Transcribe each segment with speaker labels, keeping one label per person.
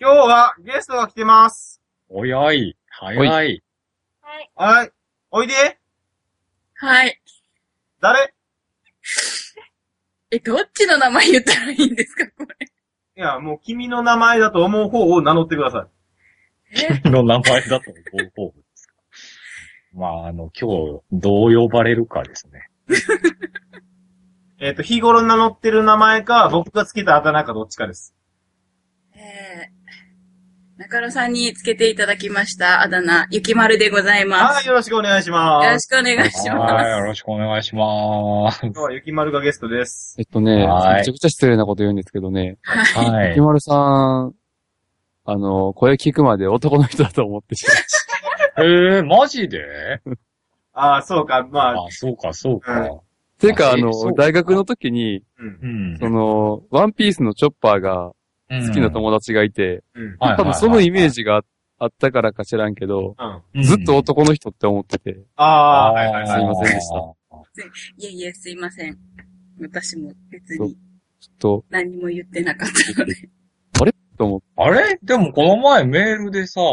Speaker 1: 今日はゲストが来てます。
Speaker 2: おやい、早い。
Speaker 3: はい。
Speaker 1: はい。おいで。
Speaker 3: はい。
Speaker 1: 誰
Speaker 3: え、どっちの名前言ったらいいんですかこれ。
Speaker 1: いや、もう君の名前だと思う方を名乗ってください。
Speaker 3: え、
Speaker 2: の名前だと思うですか。 まあ、あの、今日、どう呼ばれるかですね。
Speaker 1: えっ、と、日頃名乗ってる名前か、僕がつけたあだ名かどっちかです。
Speaker 3: えー、中野さんにつけていただきました、あだ名、ゆきまるでございま
Speaker 1: はい、
Speaker 3: す。
Speaker 1: よろしくお願いしま
Speaker 3: よろ
Speaker 1: す。
Speaker 3: しくお願いしま
Speaker 2: はい、よろしくお願いします。
Speaker 1: 今日はゆきまるがゲストです。
Speaker 4: えっとね、
Speaker 2: はい
Speaker 4: めちゃくちゃ失礼なこと言うんですけどね、
Speaker 2: は
Speaker 4: ゆき
Speaker 2: い。
Speaker 4: まるさん、あの、声聞くまで男の人だと思っ てし
Speaker 2: えー、マジで
Speaker 1: ああ、そうか、ま
Speaker 2: あ
Speaker 1: あ、、
Speaker 2: そうか、そうか。
Speaker 4: ていうか、あ
Speaker 2: あそう
Speaker 4: の、大学の時に、
Speaker 1: うん
Speaker 2: う、ん。
Speaker 4: その、ワンピースのチョッパーが
Speaker 2: 好
Speaker 4: 好きな友達がいて、
Speaker 1: うん、
Speaker 2: はい
Speaker 4: 多分そのイメージがあったからか知らんけど、
Speaker 1: うん。
Speaker 2: 達
Speaker 4: ずっと男の人って思ってて、
Speaker 1: ああー、はいはいはい。
Speaker 4: すいませんでした
Speaker 3: す。いえいえ、すいません。私も別
Speaker 4: そう
Speaker 3: に
Speaker 4: ちょっ
Speaker 3: 何にも言ってなかったので。
Speaker 4: と、と思って、
Speaker 2: あれでもこの前メールでさ、
Speaker 1: い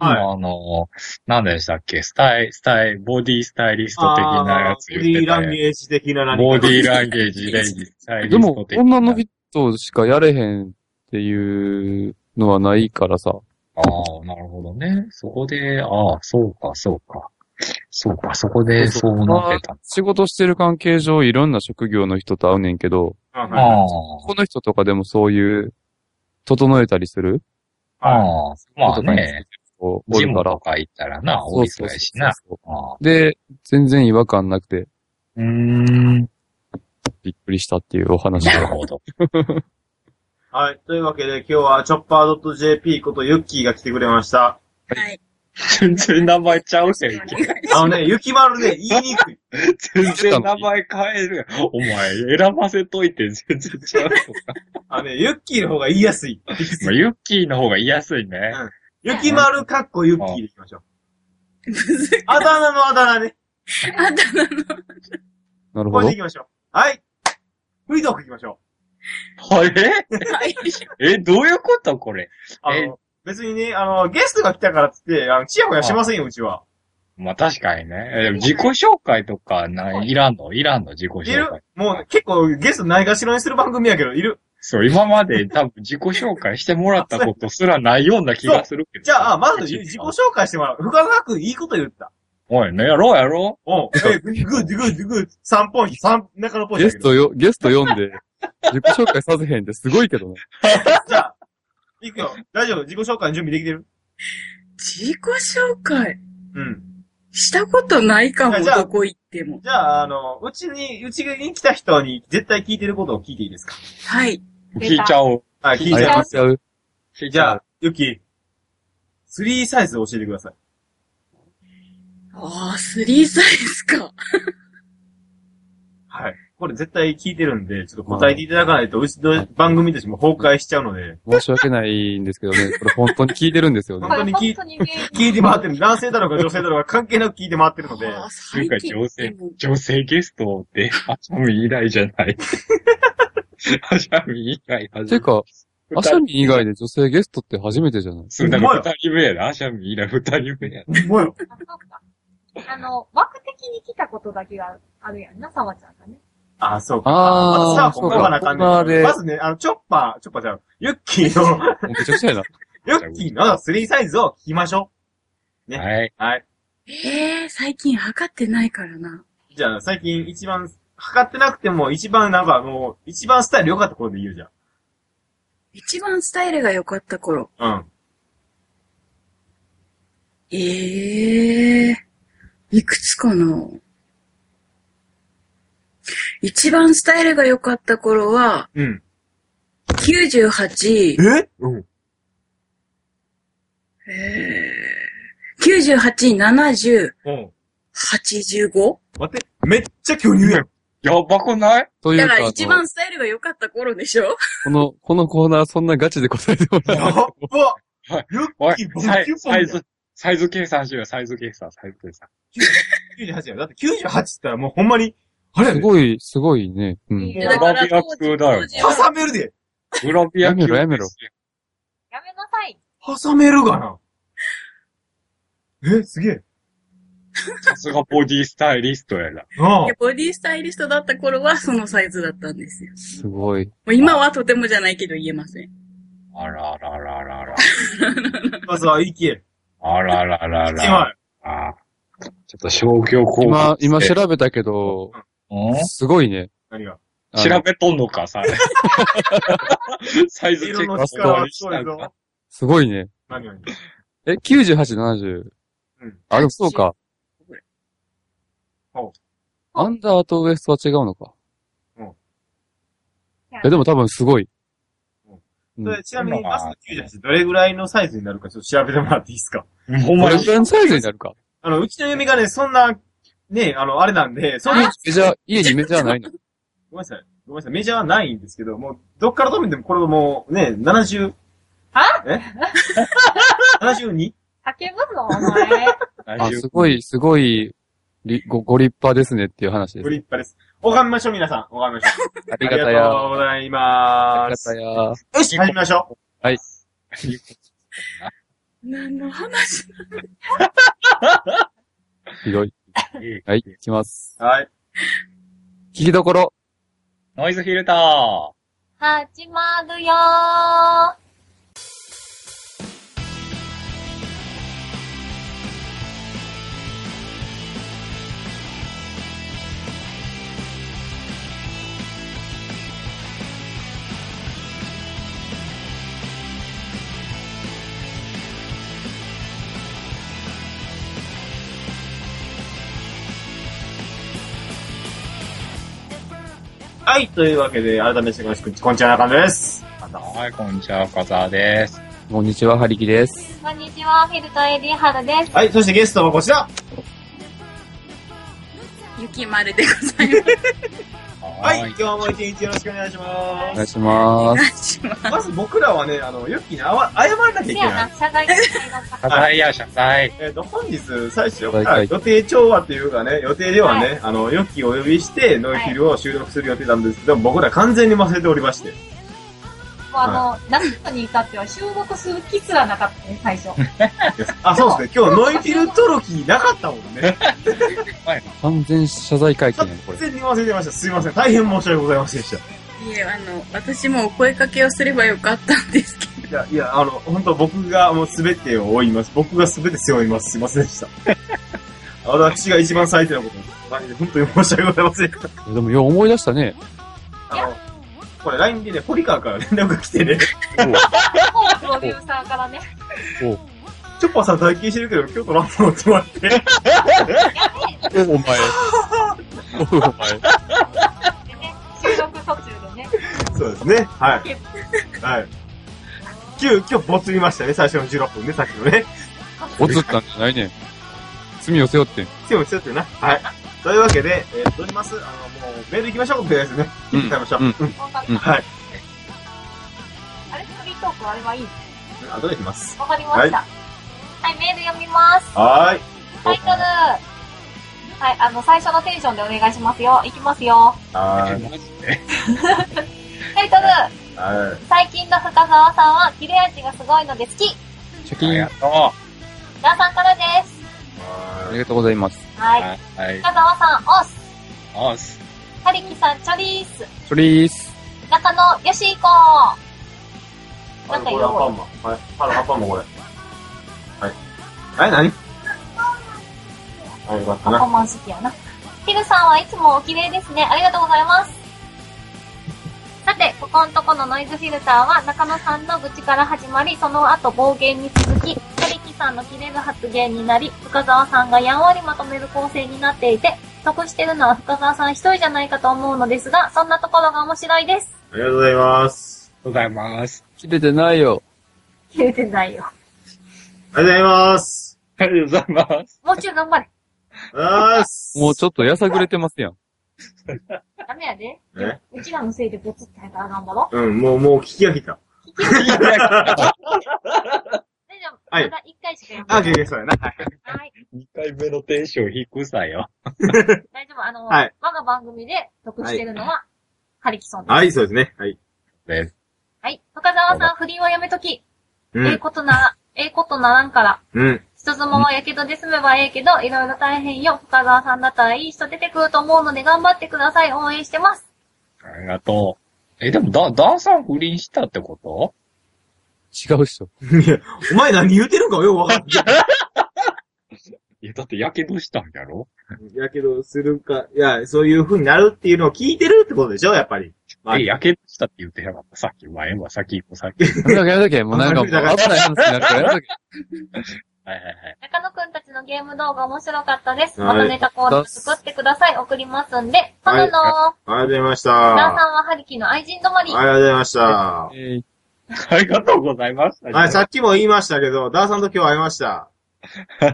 Speaker 2: あの、何でしたっけスタイ、スタイ、ボディスタイリスト的なやつ
Speaker 1: ボ
Speaker 2: 言
Speaker 1: デ
Speaker 2: っ
Speaker 1: ィ
Speaker 2: て
Speaker 1: ーラ
Speaker 2: た
Speaker 1: ン
Speaker 2: ね。
Speaker 1: ゲージ的な何か
Speaker 2: ボディーランゲージ、レイ ジ、スタイリ
Speaker 4: で
Speaker 2: ス
Speaker 4: も
Speaker 2: ト、的な。
Speaker 4: 女の人しかやれへんっていうのはないからさ、
Speaker 2: ああ、なるほどね。そこで、ああ、そうか、そうか。そうか、そこで、
Speaker 4: そ
Speaker 2: そううなってた。
Speaker 4: 仕事してる関係上いろんな職業の人と会うねんけど、
Speaker 1: うん
Speaker 2: あ
Speaker 1: はい
Speaker 4: この人とかでもそういう、整えたりする
Speaker 2: あ、ああ、ま
Speaker 4: 人
Speaker 2: あ
Speaker 4: とかにす
Speaker 2: ね
Speaker 4: る、人をお
Speaker 2: ジ
Speaker 4: る
Speaker 2: ム
Speaker 4: から
Speaker 2: と。か行ったらな、おりそうやしな。
Speaker 4: そうそうそう
Speaker 2: ああ
Speaker 4: そうで、全然違和感なくて、
Speaker 2: うーん、
Speaker 4: びっくりしたっていうお話
Speaker 2: なる
Speaker 4: が。
Speaker 2: ほど。
Speaker 1: はい。というわけで、今日はチョッパー .jp ことユッキーが来てくれました。
Speaker 3: はい。
Speaker 2: 全然名前ちゃう
Speaker 3: お
Speaker 2: けんけ。
Speaker 3: 願い
Speaker 1: あの ね、ゆきまるで言いにくい。
Speaker 2: 全然名前変えるやん。お前、選ばせといて全然ち ゃうとか。
Speaker 1: あのね、ユッキーの方が言いやすい。
Speaker 2: まあ、ユッキーの方が言いやすいね。
Speaker 1: ゆきまるかっこユッキーでいきましょう。
Speaker 3: むずい
Speaker 1: あだ名のあだ名ね。
Speaker 3: あだ名の。
Speaker 4: な
Speaker 1: こ
Speaker 4: るほ
Speaker 1: れ
Speaker 4: ど
Speaker 1: でい。きましょう。はい。フリートークいきましょ
Speaker 2: あれ
Speaker 3: はい。
Speaker 2: え、どういうことこれ。
Speaker 1: う。あ
Speaker 2: え
Speaker 1: の、別にね、あの、ゲストが来たからっつって、あの、ちやほやしませんよ、うちは。
Speaker 2: まあ確かにね。えでも自己紹介とかない、いらんのいらんの自己紹
Speaker 1: いる
Speaker 2: 介。
Speaker 1: もう結構ゲストないがしろにする番組やけど、いる。
Speaker 2: そう、今まで多分自己紹介してもらったことすらないような気がするけど。
Speaker 1: じゃあ、まず自己紹
Speaker 2: 介。
Speaker 1: 介してもらう。深川くんいいこと言った。
Speaker 2: おい、ね、やろうやろ
Speaker 1: おう。え、グッグッグッグッ、3ポイント、3、中のポイン
Speaker 4: ゲ
Speaker 1: ト。
Speaker 4: ストよ、ゲスト読んで、自己紹介させへんってすごいけどね。
Speaker 1: じゃあ、いくよ。大丈夫自己紹介の準備できてる
Speaker 3: 自己紹介
Speaker 1: うん。
Speaker 3: したことないかも、
Speaker 1: じゃあ
Speaker 3: どこ行っても。
Speaker 1: じゃあ、あの、うちに、うちに来た人に絶対聞いてることを聞いていいですか
Speaker 3: はい。
Speaker 2: う聞 いちゃおう。
Speaker 1: はい、聞いち
Speaker 4: あ
Speaker 1: ゃい
Speaker 4: や
Speaker 1: ま
Speaker 4: っ
Speaker 1: す。
Speaker 4: ちゃ
Speaker 2: 聞
Speaker 4: う。
Speaker 2: い
Speaker 1: じ
Speaker 2: ちゃ
Speaker 1: ゃ
Speaker 2: おう
Speaker 1: あ。、ゆき、スリーサイズ教えてください。
Speaker 3: ああ、スリーサイズか。
Speaker 1: はい。これ絶対聞いてるんで、ちょっと答えていただかないと、うちの番組たちも崩壊しちゃうので、
Speaker 4: 申し訳ないんですけどね。これ本当に聞いてるんですよね
Speaker 1: 本。当に聞い聞いて回ってる。男性だろうか女性だろうか 関係なく聞いて回ってるので、
Speaker 3: あー
Speaker 2: なん
Speaker 3: 最
Speaker 2: か
Speaker 3: 近
Speaker 2: 女
Speaker 3: で
Speaker 2: 性
Speaker 3: も、
Speaker 2: 女性ゲストって、アシャミ以来じゃ ない。アシャミ以来初
Speaker 4: て
Speaker 2: め
Speaker 4: いうか、
Speaker 2: て。
Speaker 4: アシャミ以外で女性ゲストって初めてじゃない
Speaker 2: そう、だから二人目やな。アシャミ以来二人目やな。
Speaker 1: もうよ。
Speaker 5: あ、そうか。あの、枠的に来たことだけがあるやんな、さわちゃんがね。
Speaker 1: あ、そうか。まずサ
Speaker 4: あ
Speaker 1: ー
Speaker 4: ー、
Speaker 1: コ
Speaker 4: そ
Speaker 1: ン
Speaker 4: う
Speaker 1: がまな
Speaker 4: か。
Speaker 1: あ
Speaker 4: コ
Speaker 1: か
Speaker 4: ー
Speaker 1: んねん
Speaker 4: ナ
Speaker 1: ま、
Speaker 4: ーで
Speaker 1: ずね、あの、チョッパー、チョッパーじゃん。ユッキー の、
Speaker 4: もうめちゃくちゃ やな。
Speaker 1: ユッキーのスリーサイズを聞きましょね
Speaker 2: はい。
Speaker 1: う。はい。
Speaker 3: ええー、最近測ってないからな。
Speaker 1: じゃあ、最近一番、測ってなくても、一番なんかもう、一番スタイル良かった頃で言うじゃ
Speaker 3: 一番スタイルが良かった頃。
Speaker 1: ん。うん。
Speaker 3: ええー、いくつかな一番スタイルが良かった頃は、
Speaker 1: うん。
Speaker 3: 98、
Speaker 1: え
Speaker 3: えー、98、70、
Speaker 1: うん。
Speaker 3: 85?
Speaker 1: 待って、めっちゃ巨乳やん。
Speaker 2: やばくない
Speaker 4: とい
Speaker 3: だ
Speaker 4: う
Speaker 3: か
Speaker 4: か、あ
Speaker 3: ら
Speaker 4: の
Speaker 3: 一番スタイルが良かった頃でしょ
Speaker 4: この、このコーナーそんなガチで答えてもらえ
Speaker 1: やっばユ
Speaker 2: お
Speaker 1: ッ
Speaker 2: い
Speaker 1: キー、
Speaker 2: サイ
Speaker 1: 59本
Speaker 2: サ
Speaker 1: や
Speaker 2: イ
Speaker 1: ん。
Speaker 2: ズ、サイズ計算しようよ、サイズ計算、サイズ計算。
Speaker 1: 98やん。だって98って言ったらもうほんまに、あれや
Speaker 4: す
Speaker 1: で。
Speaker 4: ごい、すごいね。うん。
Speaker 2: やだから当時
Speaker 3: 当時は
Speaker 1: 挟めるで。
Speaker 2: グラビア
Speaker 4: やめろやめ
Speaker 2: 級
Speaker 4: ろ
Speaker 2: ですよ
Speaker 5: やめめなさい。
Speaker 1: 挟めるがな。え、すげえ。
Speaker 2: さすがボディスタイリストやな。
Speaker 1: ああ
Speaker 3: で。ボディスタイリストだった頃はそのサイズだったんですよ。
Speaker 4: すごい。
Speaker 3: もう今はとてもじゃないけど言えません。
Speaker 2: あらあらあらあらあら。
Speaker 1: まずは、行け。
Speaker 2: あらあらあらあ
Speaker 1: 一枚
Speaker 2: ら。。あちょっと商業興
Speaker 4: 今
Speaker 2: 奮、
Speaker 4: 今調べたけど、
Speaker 2: うん
Speaker 4: すごいね。
Speaker 1: 何が
Speaker 4: あの
Speaker 2: 調べとんのか、さ。サイズチェ
Speaker 1: 色
Speaker 2: ッ
Speaker 1: の
Speaker 2: ク
Speaker 1: 力
Speaker 2: 終わ
Speaker 1: は
Speaker 2: りし
Speaker 1: すご
Speaker 2: た
Speaker 1: い
Speaker 2: んか
Speaker 1: ぞ。。
Speaker 4: すごいね。
Speaker 1: 何何
Speaker 4: え、98、70。
Speaker 1: うん
Speaker 4: あ、でもそうか
Speaker 3: これ。
Speaker 1: お
Speaker 4: アンダーとウエストは違うのか。
Speaker 5: いや
Speaker 4: え、でも多分すごい。うん
Speaker 1: それちなみに、バスの98どれぐらいのサイズになるかちょっと調べてもらっていいですか
Speaker 2: ほん
Speaker 4: こ
Speaker 2: ま
Speaker 4: れ
Speaker 2: に
Speaker 4: ぐらいのサイズになるか。
Speaker 1: あの、うちの嫁がね、そんな、ね、あの、あれなんで、そんな、
Speaker 4: メジャー、家にメジャ ーないの。
Speaker 1: ごめんなさい。ごめんなさい。メジャーはないんですけど、もう、どっから止めても、これもう、ね、70。
Speaker 5: あ
Speaker 1: え ?72?
Speaker 5: 叫ぶぞ、お前。
Speaker 4: あ、すご。い、すごい、りご、ご立派ですねっていう話です
Speaker 1: ご。立派です。拝みましょう、皆さん。拝みましょう。
Speaker 4: あ
Speaker 1: あり
Speaker 4: りが
Speaker 1: が
Speaker 4: たや。
Speaker 1: とうござい
Speaker 4: あ
Speaker 1: ま
Speaker 4: りが
Speaker 1: す。
Speaker 4: たや。
Speaker 1: よし、始めましょ
Speaker 3: 何の話
Speaker 4: ひどい。
Speaker 2: は
Speaker 4: はい、
Speaker 2: い。
Speaker 4: いきます。
Speaker 1: う。はい。
Speaker 4: 聞きどころ。
Speaker 2: ノイズフィルター。
Speaker 5: 始まるよー。
Speaker 1: はい、というわけで、改めまして、こんにちは、こんにちは、中野です。
Speaker 2: はい、こんにちは、岡沢です。
Speaker 4: こんにちは、はりきです。
Speaker 5: こんにちは、フィルトエディハルです。
Speaker 1: はい、そしてゲストはこちら。
Speaker 3: ゆきまるでございます。
Speaker 1: は、
Speaker 2: はい
Speaker 1: 今日も一日よろしくお願いしま
Speaker 4: お願
Speaker 1: す。
Speaker 4: いしまー
Speaker 3: お願
Speaker 4: す。
Speaker 3: いします。
Speaker 1: まず僕らはね、あの、ユッキーにあわ謝らなきゃい
Speaker 5: せ
Speaker 1: け
Speaker 5: や
Speaker 1: ない
Speaker 5: な、。謝罪がないのか。
Speaker 2: 謝罪や、謝罪。
Speaker 1: えっ、と、本日、最初
Speaker 4: は
Speaker 1: か
Speaker 4: いは
Speaker 1: ら
Speaker 4: い
Speaker 1: 予定調和っていうかね、予定ではね、あの、良きお呼びして、ノイキルを収録する予定なんですけど、僕ら完全に忘れておりま して。
Speaker 5: もうあの、夏子に至っては収録する気すらなかったね、最初。
Speaker 1: あ、そうですね。今日ノイキルトロキーなかったもんね。
Speaker 4: 完全謝罪会見
Speaker 1: 完
Speaker 4: やこれ。
Speaker 1: 全に忘れてました。すいません。大変申し訳ございませんでし
Speaker 3: いえ、あの、私もお声かけをすればよかったんですけ
Speaker 1: た。
Speaker 3: ど、
Speaker 1: いや、いや、あの、本当僕がもう全てを負います。僕が全て背負います。すいませんで した。私が一番最低なことに。大変本当に申し訳ございません。
Speaker 4: でも、よう思い出したね。
Speaker 1: あの、これ LINE でね、堀川から連絡が来て ね、
Speaker 5: もうプロデューサーからね。
Speaker 1: チョッパーさん体験してるけど、今日トランプ乗ってもらって。
Speaker 4: お前。お前。
Speaker 5: でね、収録途中でね。
Speaker 1: そうですね。はい。はい。今日、今日、ぼつりましたね、最初の16分ね、さっきのね。
Speaker 4: おつったんじゃないねん。罪を背負ってん。
Speaker 1: 強も強ってな。はい。というわけで、えー、撮ります。あの、もう、メール行きましょう、とりあえずね。
Speaker 4: うん
Speaker 1: 行きましょう。
Speaker 4: うん
Speaker 5: わかっ
Speaker 4: うん
Speaker 5: た。
Speaker 1: はい。
Speaker 5: あれフリートークあれはいい
Speaker 1: あ、どう行きます
Speaker 5: わかりました。はい、メール読みます。
Speaker 1: はーい。
Speaker 5: タイトル。はい、あの、最初のテンションでお願いしますよ。いきますよ。
Speaker 1: は
Speaker 2: マ
Speaker 1: ーい。
Speaker 2: ジで
Speaker 5: タイトル。
Speaker 1: は
Speaker 5: 最近の深澤さんは切れ味がすごいので好き。
Speaker 4: シ
Speaker 2: あ
Speaker 4: ャキ
Speaker 2: り
Speaker 4: ーン。
Speaker 2: が
Speaker 4: あ
Speaker 2: とう。はい
Speaker 5: 皆さんからです。
Speaker 1: い。
Speaker 4: りがとうございます。
Speaker 5: はい。
Speaker 2: はい。
Speaker 5: 深澤さん、オス。
Speaker 2: あす。
Speaker 5: はりきさん、チョリース。
Speaker 4: チョリース。
Speaker 5: 中野、よしいこ
Speaker 1: あの
Speaker 5: なんか
Speaker 1: これア
Speaker 5: 色
Speaker 1: ン
Speaker 5: 々
Speaker 1: パンマン。はい。あの、アンパンマンこれ。はい。え、何あ、よかった
Speaker 5: パフォ
Speaker 1: な。
Speaker 5: ーマンス好きやな。ヒルさんはいつもお綺麗ですね。ありがとうございます。さて、ここんとこのノイズフィルターは中野さんの愚痴から始まり、その後暴言に続き、カリキさんの切れる発言になり、深澤さんがやんわりまとめる構成になっていて、得してるのは深澤さん一人じゃないかと思うのですが、そんなところが面白いです。
Speaker 1: ありがとうございます。
Speaker 2: ございます。
Speaker 4: 切れてないよ。
Speaker 5: 切れてないよ。
Speaker 1: ありがとうございます。
Speaker 2: ありがとうござい ます。
Speaker 5: もうちょい頑張
Speaker 1: あ
Speaker 5: れ。
Speaker 1: りがとうございます。
Speaker 4: もうちょっとやさぐれてますやん。
Speaker 5: ダメやで。
Speaker 1: え
Speaker 5: うちらのせいでボツったから頑張ろ
Speaker 1: うん、もう、もう聞き飽きた。
Speaker 5: う。でじゃあ、
Speaker 1: はい
Speaker 5: まだ一回しかやん
Speaker 1: あ、
Speaker 5: ない。
Speaker 1: 結局そうやな。はい。
Speaker 5: はい。
Speaker 2: 2回目のテンション低さよ。
Speaker 5: 大丈夫、あの、
Speaker 1: はい
Speaker 5: 我が番組で得してるのは、ハリキソンです。
Speaker 1: はい、そうですね。はい。
Speaker 2: ね
Speaker 5: はい。深澤さん、不倫はやめとき。
Speaker 1: う
Speaker 5: ええ
Speaker 1: ん。
Speaker 5: ことなら、ええことならんから。
Speaker 1: うん。
Speaker 5: 人妻はやけどで済めばええけど、いろいろ大変よ。深澤さんだったらいい人出てくると思うので頑張ってください。応援してます。
Speaker 2: ありがとう。え、でも、だ、ダーさん不倫したってこと
Speaker 4: 違うっしょ。
Speaker 1: いや、お前何言うてるんかよくわからん。
Speaker 2: いや、だって、やけどしたんやろ
Speaker 1: やけどするか、いや、そういう風になるっていうのを聞いてるってことでしょ、やっぱり。まあ
Speaker 2: え、やけどしたって言ってなかった。さっき、まあ、ええわ、さっき、さっき。はい
Speaker 4: やめとけやめとけ。もうなんかもう 危ない話になるからやめとけ。
Speaker 2: はいはい。
Speaker 5: 中野くんたちのゲーム動画面白かったです。
Speaker 1: は
Speaker 5: ま
Speaker 1: い
Speaker 5: たネタコーナー作ってください。送りますんで。ただ
Speaker 1: ありがと
Speaker 5: の、
Speaker 1: うございました。
Speaker 5: ダーさん
Speaker 1: あ
Speaker 5: はハリキの愛人止まり。
Speaker 1: りがとうございました。
Speaker 4: えい
Speaker 2: ありがとうございました。
Speaker 1: はい、さっきも言いましたけど、ダーさんと今日会いま した。い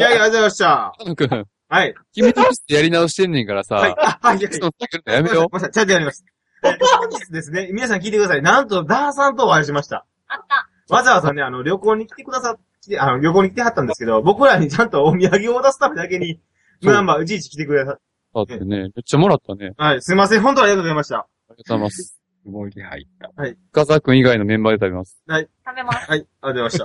Speaker 1: やいや、ありがとうございました。
Speaker 4: カノ君、
Speaker 1: はい。
Speaker 4: 君とやり直してんねんからさ、
Speaker 1: はい。あ、はい。はい
Speaker 4: その作るのやめよ
Speaker 1: ごめんなさい、ちゃんとやります。え本日ですね、皆さん聞いてください。なんと、ダーさんとお会いしました。
Speaker 5: あった。
Speaker 1: わざわざね、あの、旅行に来てくださって、あの、旅行に来てはったんですけど、僕らにちゃんとお土産を出すためだけに、
Speaker 4: そう
Speaker 1: まあまあ、いちいち来てくださっ
Speaker 4: う。だってね、めっちゃもらったね。
Speaker 1: て。はい、すいません、本当にありがとうございました。
Speaker 4: ありがとうございます。
Speaker 2: すごい入った。
Speaker 4: 深澤君以外のメンバーで食べます。
Speaker 5: 食べます。
Speaker 1: はい、ありがとうございまし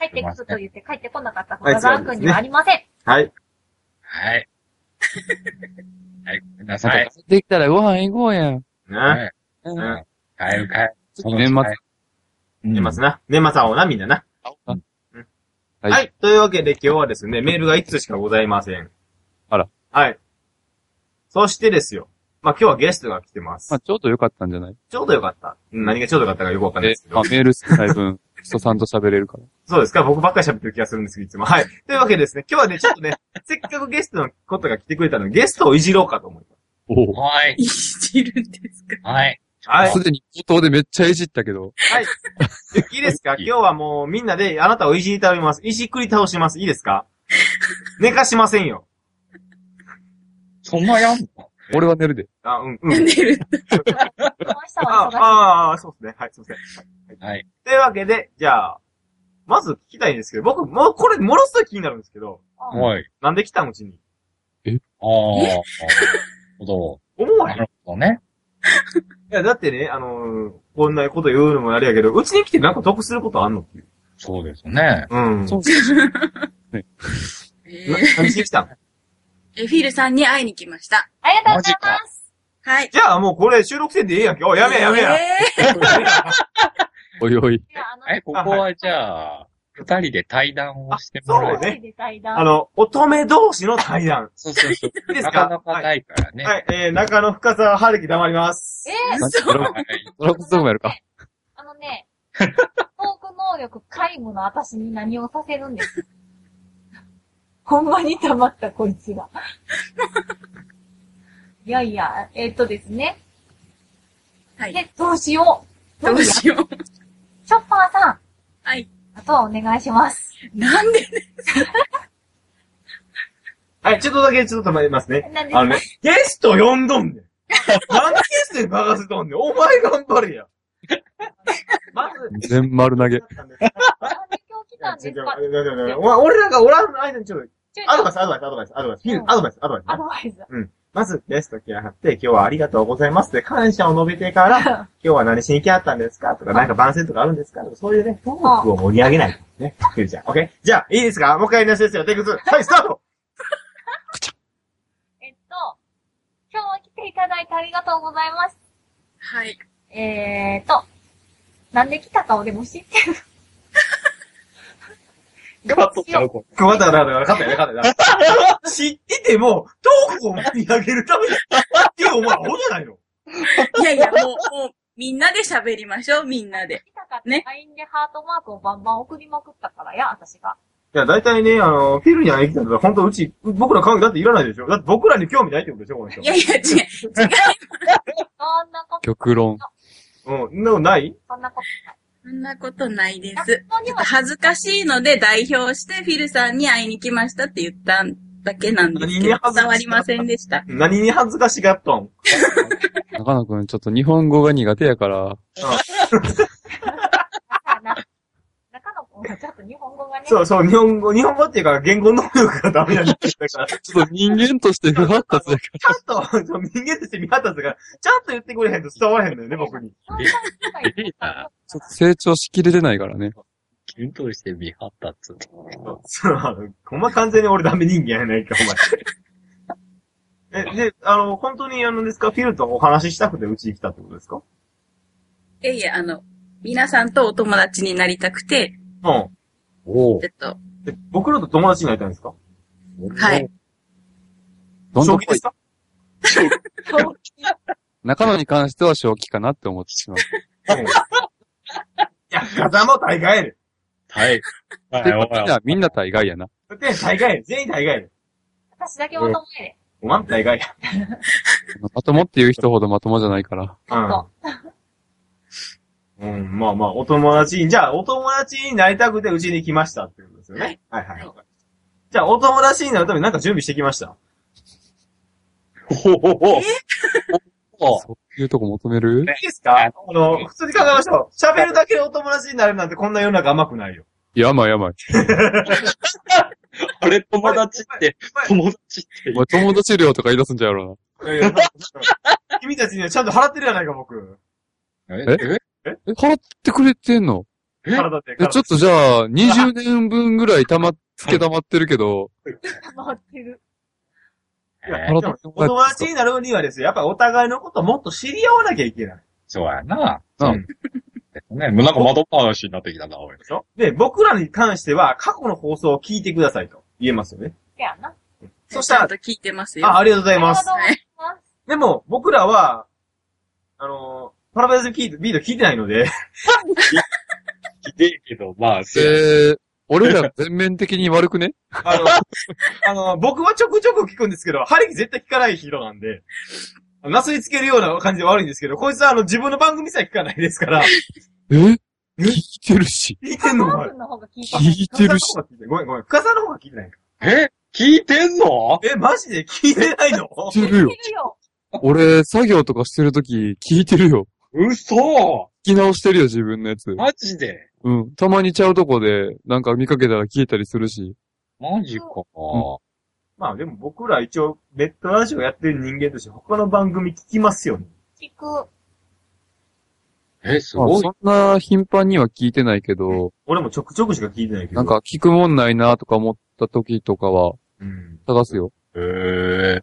Speaker 5: 帰ってくると言って帰ってこなかった
Speaker 1: はい
Speaker 5: 深澤くんにはありま せん。
Speaker 1: た。 はい。
Speaker 2: はい。はい、ごめんなさ
Speaker 4: ま
Speaker 2: い
Speaker 4: た。できたらご飯行こうやん。
Speaker 1: な、
Speaker 4: う
Speaker 1: うん
Speaker 4: ん。
Speaker 2: 帰る帰る。
Speaker 4: 次年末。
Speaker 2: うん
Speaker 1: 年末な。年末会おうな、みんなな。
Speaker 4: あ
Speaker 1: はい、
Speaker 4: はい
Speaker 1: というわけで今日はですね、メールが1通しかございません。
Speaker 4: あら。
Speaker 1: はい。そしてですよ。まあ今日はゲストが来てます。
Speaker 4: まあ、ちょうどよかったんじゃない
Speaker 1: ちょうどよかった。うん何がちょうどよかったかよくわかんない
Speaker 4: え
Speaker 1: です、け
Speaker 4: ま
Speaker 1: ど
Speaker 4: あ、。メール少ない分、人さんと喋れるから。
Speaker 1: そうですか僕ばっかり喋ってる気がするんですけど、いつも。はい。というわけでですね、今日はね、ちょっとね、 せっかくゲストのことが来てくれたので、ゲストをいじろうかと思いま
Speaker 4: おお。
Speaker 2: はい。
Speaker 3: いじるんですか
Speaker 2: はい。
Speaker 1: す。 はい。
Speaker 4: すでに冒頭でめっちゃいじったけ ど。
Speaker 1: いいですか今日はもうみんなであなたをいじり倒します。いじくり倒します。いいです か寝かしませんよ。
Speaker 2: そんなやんの
Speaker 4: 俺は寝るで。
Speaker 1: あ、うん、う
Speaker 3: 寝
Speaker 1: ん。
Speaker 3: る。
Speaker 5: この人
Speaker 1: あ
Speaker 5: は忙しい。
Speaker 1: ああ、そうですね。はい、すいません。
Speaker 2: はい。
Speaker 1: というわけで、じゃあ、まず聞きたいんですけど、僕、もうこれ、ものすごい気になるんですけど、
Speaker 5: うん
Speaker 2: はい。
Speaker 1: なんで来たんうちに
Speaker 2: ああ。 なるほど。
Speaker 1: 思わへん。
Speaker 2: ないるほどね。
Speaker 1: や、だってね、あのーこんなこと言うのもあれやけど、うちに来てなんか得することあんのっていう。
Speaker 2: そうですね。
Speaker 1: うん。
Speaker 4: そう
Speaker 1: な
Speaker 3: えー
Speaker 1: 何しに来たん
Speaker 3: えフィルさんに会いに来ました。
Speaker 5: ありがとうござい
Speaker 2: マ
Speaker 5: ます。
Speaker 3: はい。
Speaker 1: じゃあもうこれ収録せんでええやんけ。お、やめややめや。
Speaker 3: え
Speaker 4: おいお い。
Speaker 5: いや、あの、
Speaker 2: え、ここはじゃあ、二人で対談をしてもら
Speaker 1: そ
Speaker 2: え
Speaker 1: うね
Speaker 5: 一人で対談
Speaker 1: あの、乙女同士の対談。
Speaker 2: そうそうそう。
Speaker 1: いいです
Speaker 2: な
Speaker 1: か
Speaker 2: かなかないからね。
Speaker 1: はい、えー、中野深沢春樹黙ります。
Speaker 5: え
Speaker 3: ー、
Speaker 4: ド
Speaker 3: そう。
Speaker 4: ラ
Speaker 2: はい
Speaker 4: ドラゴンズもやるか。
Speaker 5: あのね、トーク能力皆無の私に何をさせるんです かほんまに溜まった、こいつが。 いやいや、えっとですね。
Speaker 3: はい。
Speaker 5: で、どうしよう。
Speaker 3: どうしよう。
Speaker 5: ショッパーさん、
Speaker 3: はい。
Speaker 5: あとはお願いします。
Speaker 3: なんで
Speaker 1: はい、ちょっとだけちょっと待りますね。
Speaker 5: 何です
Speaker 1: あ
Speaker 5: か
Speaker 1: のね、ゲスト呼んどんねん。 なんでゲストに任せとんねん。お前頑張れや。まず、
Speaker 4: 全丸投げ。
Speaker 5: なんで今日来たんですか
Speaker 1: お前俺らがおらん間にちょっと、
Speaker 5: ちょい
Speaker 1: ア
Speaker 5: ち
Speaker 1: ド
Speaker 5: ょ
Speaker 1: バ
Speaker 5: い
Speaker 1: イス、アドバイス、アドバイス、アドバイス、ヒ
Speaker 5: う
Speaker 1: ル
Speaker 5: ん
Speaker 1: アドバイス、アドバ
Speaker 5: ア
Speaker 1: イス。
Speaker 5: ドバイス。
Speaker 1: まず、ゲスト来やがって、今日はありがとうございますって感謝を述べて から、今日は何しに来やったんですかとか、なんか番宣とかあるんですかとか、そういうね、トークを盛り上げないとね。ヒルちゃん、オッケーじゃあ、いいですかもう一回やり直しですよ。テイク2。はい、スタート
Speaker 5: えっと、今日は来ていただいてありがとうございます。
Speaker 3: はい。
Speaker 5: えーと、なんで来たかをでも知ってる。
Speaker 2: カットしちゃうこ
Speaker 1: こう、だから、だから、勝ったよね、勝ったよね。知ってても、トークを盛り上げるためだっていう、お前、アホじゃないの
Speaker 3: いやいや、もう、もう、みんなで喋りましょう、みんなで。
Speaker 5: 来たかって
Speaker 3: ね
Speaker 5: LINE でハートマークをバンバン送りまくったからや、私が。
Speaker 1: いや、大体ね、あの、フィルに会いに来たんだ本当うち、僕ら関係だっていらないでしょだって僕らに興味ないってことでしょこの人
Speaker 3: い。やいや、違う、違う。
Speaker 5: そんなこと、
Speaker 4: 極論。
Speaker 1: うん、んなのない
Speaker 5: そんなことない。
Speaker 3: そんなことないで
Speaker 5: 学
Speaker 3: す。
Speaker 5: 校に
Speaker 3: ちょっ
Speaker 5: は
Speaker 3: と恥ずかしいので代表してフィルさんに会いに来ましたって言っただけなんですけ
Speaker 1: 何に
Speaker 3: ど
Speaker 1: 恥、ずかしい
Speaker 3: 伝わりませんでした。
Speaker 1: 何に恥ずかしがっとん
Speaker 4: 中野くん、ちょっと日本語が苦手やから、
Speaker 5: さあな、中野くんかちょっと日本語がね。
Speaker 1: そうそう、日本語、日本語っていうか言語能力がダメなんだから、ち
Speaker 4: ちょっと人間として不発達だか
Speaker 1: ゃんと、そう人間として見張ったんですから、ちゃんと言ってくれへんと伝わらへんのよね、僕に。
Speaker 5: そうそう
Speaker 2: ベータ、
Speaker 4: ら、ちょっと成長しきれてないからね。
Speaker 2: キュンとして見張ったっつって。
Speaker 1: そう、あのほんま完全に俺ダメ人間やないか、お前。え、で、あの、本当にあのですか、フィルとお話ししたくてうちに来たってことですか
Speaker 3: いえいえ、あの、皆さんとお友達になりたくて、
Speaker 1: うん。
Speaker 2: お
Speaker 3: えっと、
Speaker 1: で、僕らと友達になりたいんですか
Speaker 3: はい。
Speaker 4: どんど
Speaker 1: 将
Speaker 4: ん
Speaker 1: 棋ですか
Speaker 5: そう
Speaker 4: 中野に関しては正気かなって思ってしまう。
Speaker 1: うん。いや、風も大概やで。
Speaker 2: はい。は
Speaker 4: ってこと はみんな大概やな。
Speaker 1: だって大概やで。全員大概やで。
Speaker 5: 私だけまともやで。
Speaker 1: おまん大概や。
Speaker 4: まともって言う人ほどまともじゃないから。
Speaker 5: そ
Speaker 1: うん。うん、まあまあ、お友達に、じゃあ、お友達になりたくてうちに来ましたってことですよね。はいはい。はい、じゃあ、お友達になるためになんか準備してきました。
Speaker 2: おお
Speaker 4: そういうとこ求める
Speaker 1: いいですかあの、普通に考えましょう。喋るだけでお友達になるなんてこんな世の中甘くないよ。
Speaker 4: やまやま。
Speaker 2: あれ、友達って、友達って
Speaker 4: お前友達料とか言い出すんじゃやろ
Speaker 1: いやいや 君たちにはちゃんと払ってるやないか、僕。
Speaker 2: 言う。
Speaker 4: えうな。え、払ってくれてんの
Speaker 2: え
Speaker 1: 体で。
Speaker 4: え、ちょっとじゃあ、20年分ぐらいたま、つけたまってる けど、
Speaker 5: う。回ってる。
Speaker 1: いや
Speaker 2: え
Speaker 4: 払
Speaker 1: で
Speaker 4: って
Speaker 1: も
Speaker 4: も
Speaker 1: お
Speaker 4: ら
Speaker 1: 友
Speaker 4: え
Speaker 1: 達になるにはですよ、やっぱお互いのこともっと知り合わなきゃいけない。
Speaker 2: そうやな。
Speaker 4: うん
Speaker 2: ね、もうなんか窓っぱなしになってきたな、おい。
Speaker 1: でしょで、僕らに関しては過去の放送を聞いてくださいと言えますよね。
Speaker 5: せやな。
Speaker 1: そしたら
Speaker 3: ちゃんと聞いてますよ。
Speaker 1: あ、ありがとうござい
Speaker 5: ありが
Speaker 1: ま
Speaker 5: とう
Speaker 1: す
Speaker 5: ご。ざいます。
Speaker 1: でも、僕らは、あのー、パラダイスビートビート聞いてないので、
Speaker 2: ひでえけど、まあ、
Speaker 4: えー、俺ら全面的に悪くね
Speaker 1: あの、 あの僕はちょくちょく聞くんですけど、ハリキ絶対聞かない人なんで、なすりつけるような感じで悪いんですけど、こいつはあの自分の番組さえ聞かないですから、
Speaker 4: え聞いてるし。
Speaker 1: 聞いてんのお
Speaker 5: マ
Speaker 1: 前
Speaker 5: ー。君の方が聞いて
Speaker 4: 聞いてるし。
Speaker 1: ごめんごめん。深さんの方が聞いてないか。
Speaker 2: え聞いてんの
Speaker 1: え、マジで聞いてないの
Speaker 4: 聞いてるよ。
Speaker 5: るよ。
Speaker 4: 俺、作業とかしてるとき、聞いてるよ。
Speaker 2: 嘘
Speaker 4: 聞き直してるよ、自分のやつ。
Speaker 2: マジで
Speaker 4: うん。たまにちゃうとこで、なんか見かけたら消えたりするし。
Speaker 2: マジか。
Speaker 1: まあでも僕ら一応、ネットラジオやってる人間として他の番組聞きますよね。
Speaker 5: 聞く。
Speaker 2: え、す
Speaker 4: まあ
Speaker 2: ごい。
Speaker 4: そんな頻繁には聞いてないけど、
Speaker 1: 俺もちょくちょくしか聞いてないけど。
Speaker 4: なん。か聞くもんないなとか思ったときとかは、
Speaker 1: うん。
Speaker 4: 探すよ。
Speaker 2: えー。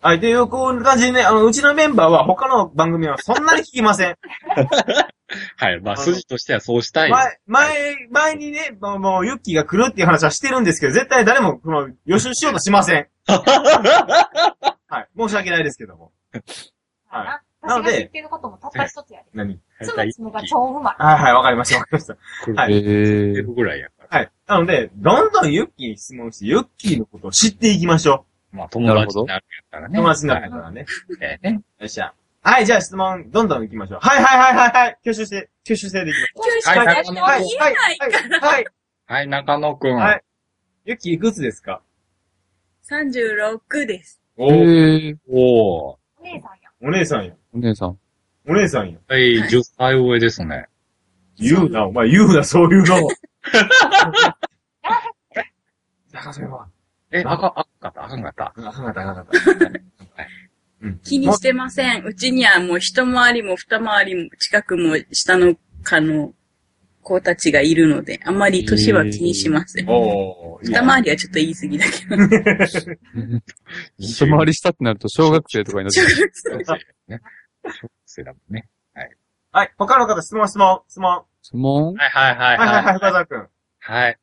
Speaker 1: はい、という、こんな感じでね、あの、うちのメンバーは他の番組はそんなに聞きません。
Speaker 2: はい。まあ、
Speaker 1: あの
Speaker 2: 筋としてはそうしたい。
Speaker 1: 前、前、前にね、もう、もうユッキーが来るっていう話はしてるんですけど、絶対誰も、この、予習しようとしません。はい。申し訳ないですけども。はい
Speaker 5: な
Speaker 1: なの
Speaker 5: 私が
Speaker 1: で
Speaker 5: 知ってることもたった一つやで。
Speaker 1: 何
Speaker 5: つむつむが超うまい。
Speaker 1: はいはい、わかりました、わかりました。はい
Speaker 4: え
Speaker 2: セー
Speaker 4: ー、
Speaker 2: フぐらいやから。
Speaker 1: はい。なので、どんどんユッキーに質問して、ユッキーのことを知っていきましょ
Speaker 2: まあ、友達になるやったら
Speaker 1: う。
Speaker 2: ね。
Speaker 1: 友達になるからね。
Speaker 2: はいえーね。
Speaker 1: よっしゃ。はい、じゃあ質問、どんどん行きましょう。はいはいはいはいはい。吸収して、吸収してでき
Speaker 3: 今日し
Speaker 1: ま
Speaker 3: か
Speaker 1: す。
Speaker 3: や
Speaker 1: はい、
Speaker 3: って
Speaker 1: は
Speaker 3: も
Speaker 1: い、
Speaker 3: 言
Speaker 1: はい、
Speaker 3: え
Speaker 1: はい
Speaker 3: ないから。、
Speaker 1: はい。
Speaker 2: はい、中野くん。
Speaker 1: はいユッキーいくつですか
Speaker 3: 36です。
Speaker 4: え
Speaker 1: お
Speaker 4: ー、
Speaker 2: おー。
Speaker 5: お姉さんや。
Speaker 1: お姉さんや。
Speaker 4: お姉 さん。
Speaker 1: お姉さんや。
Speaker 2: はい、
Speaker 3: はい
Speaker 2: 10歳上ですね。
Speaker 1: 言うな、お前言うな、そう いうの。中それは。
Speaker 2: え、あか、あかった、あかんかった。
Speaker 1: あかんかった、あかんかった。うん。
Speaker 3: 気にしてません。うちにはもう一回りも二回りも近くも下の科の子たちがいるので、あまり年は気にしません。
Speaker 1: おー、いい
Speaker 3: 二
Speaker 1: や
Speaker 3: 回りはちょっと言い過ぎだけど。
Speaker 4: 一回りしたってなると小学生とかになっちゃう。
Speaker 2: 小学生ね。小学生だもんね。
Speaker 1: はい、他の方質問、質問、質問。
Speaker 4: 質問
Speaker 2: はいはいは
Speaker 1: はいいはい
Speaker 2: は。
Speaker 1: はいい、深澤くん。
Speaker 2: はい。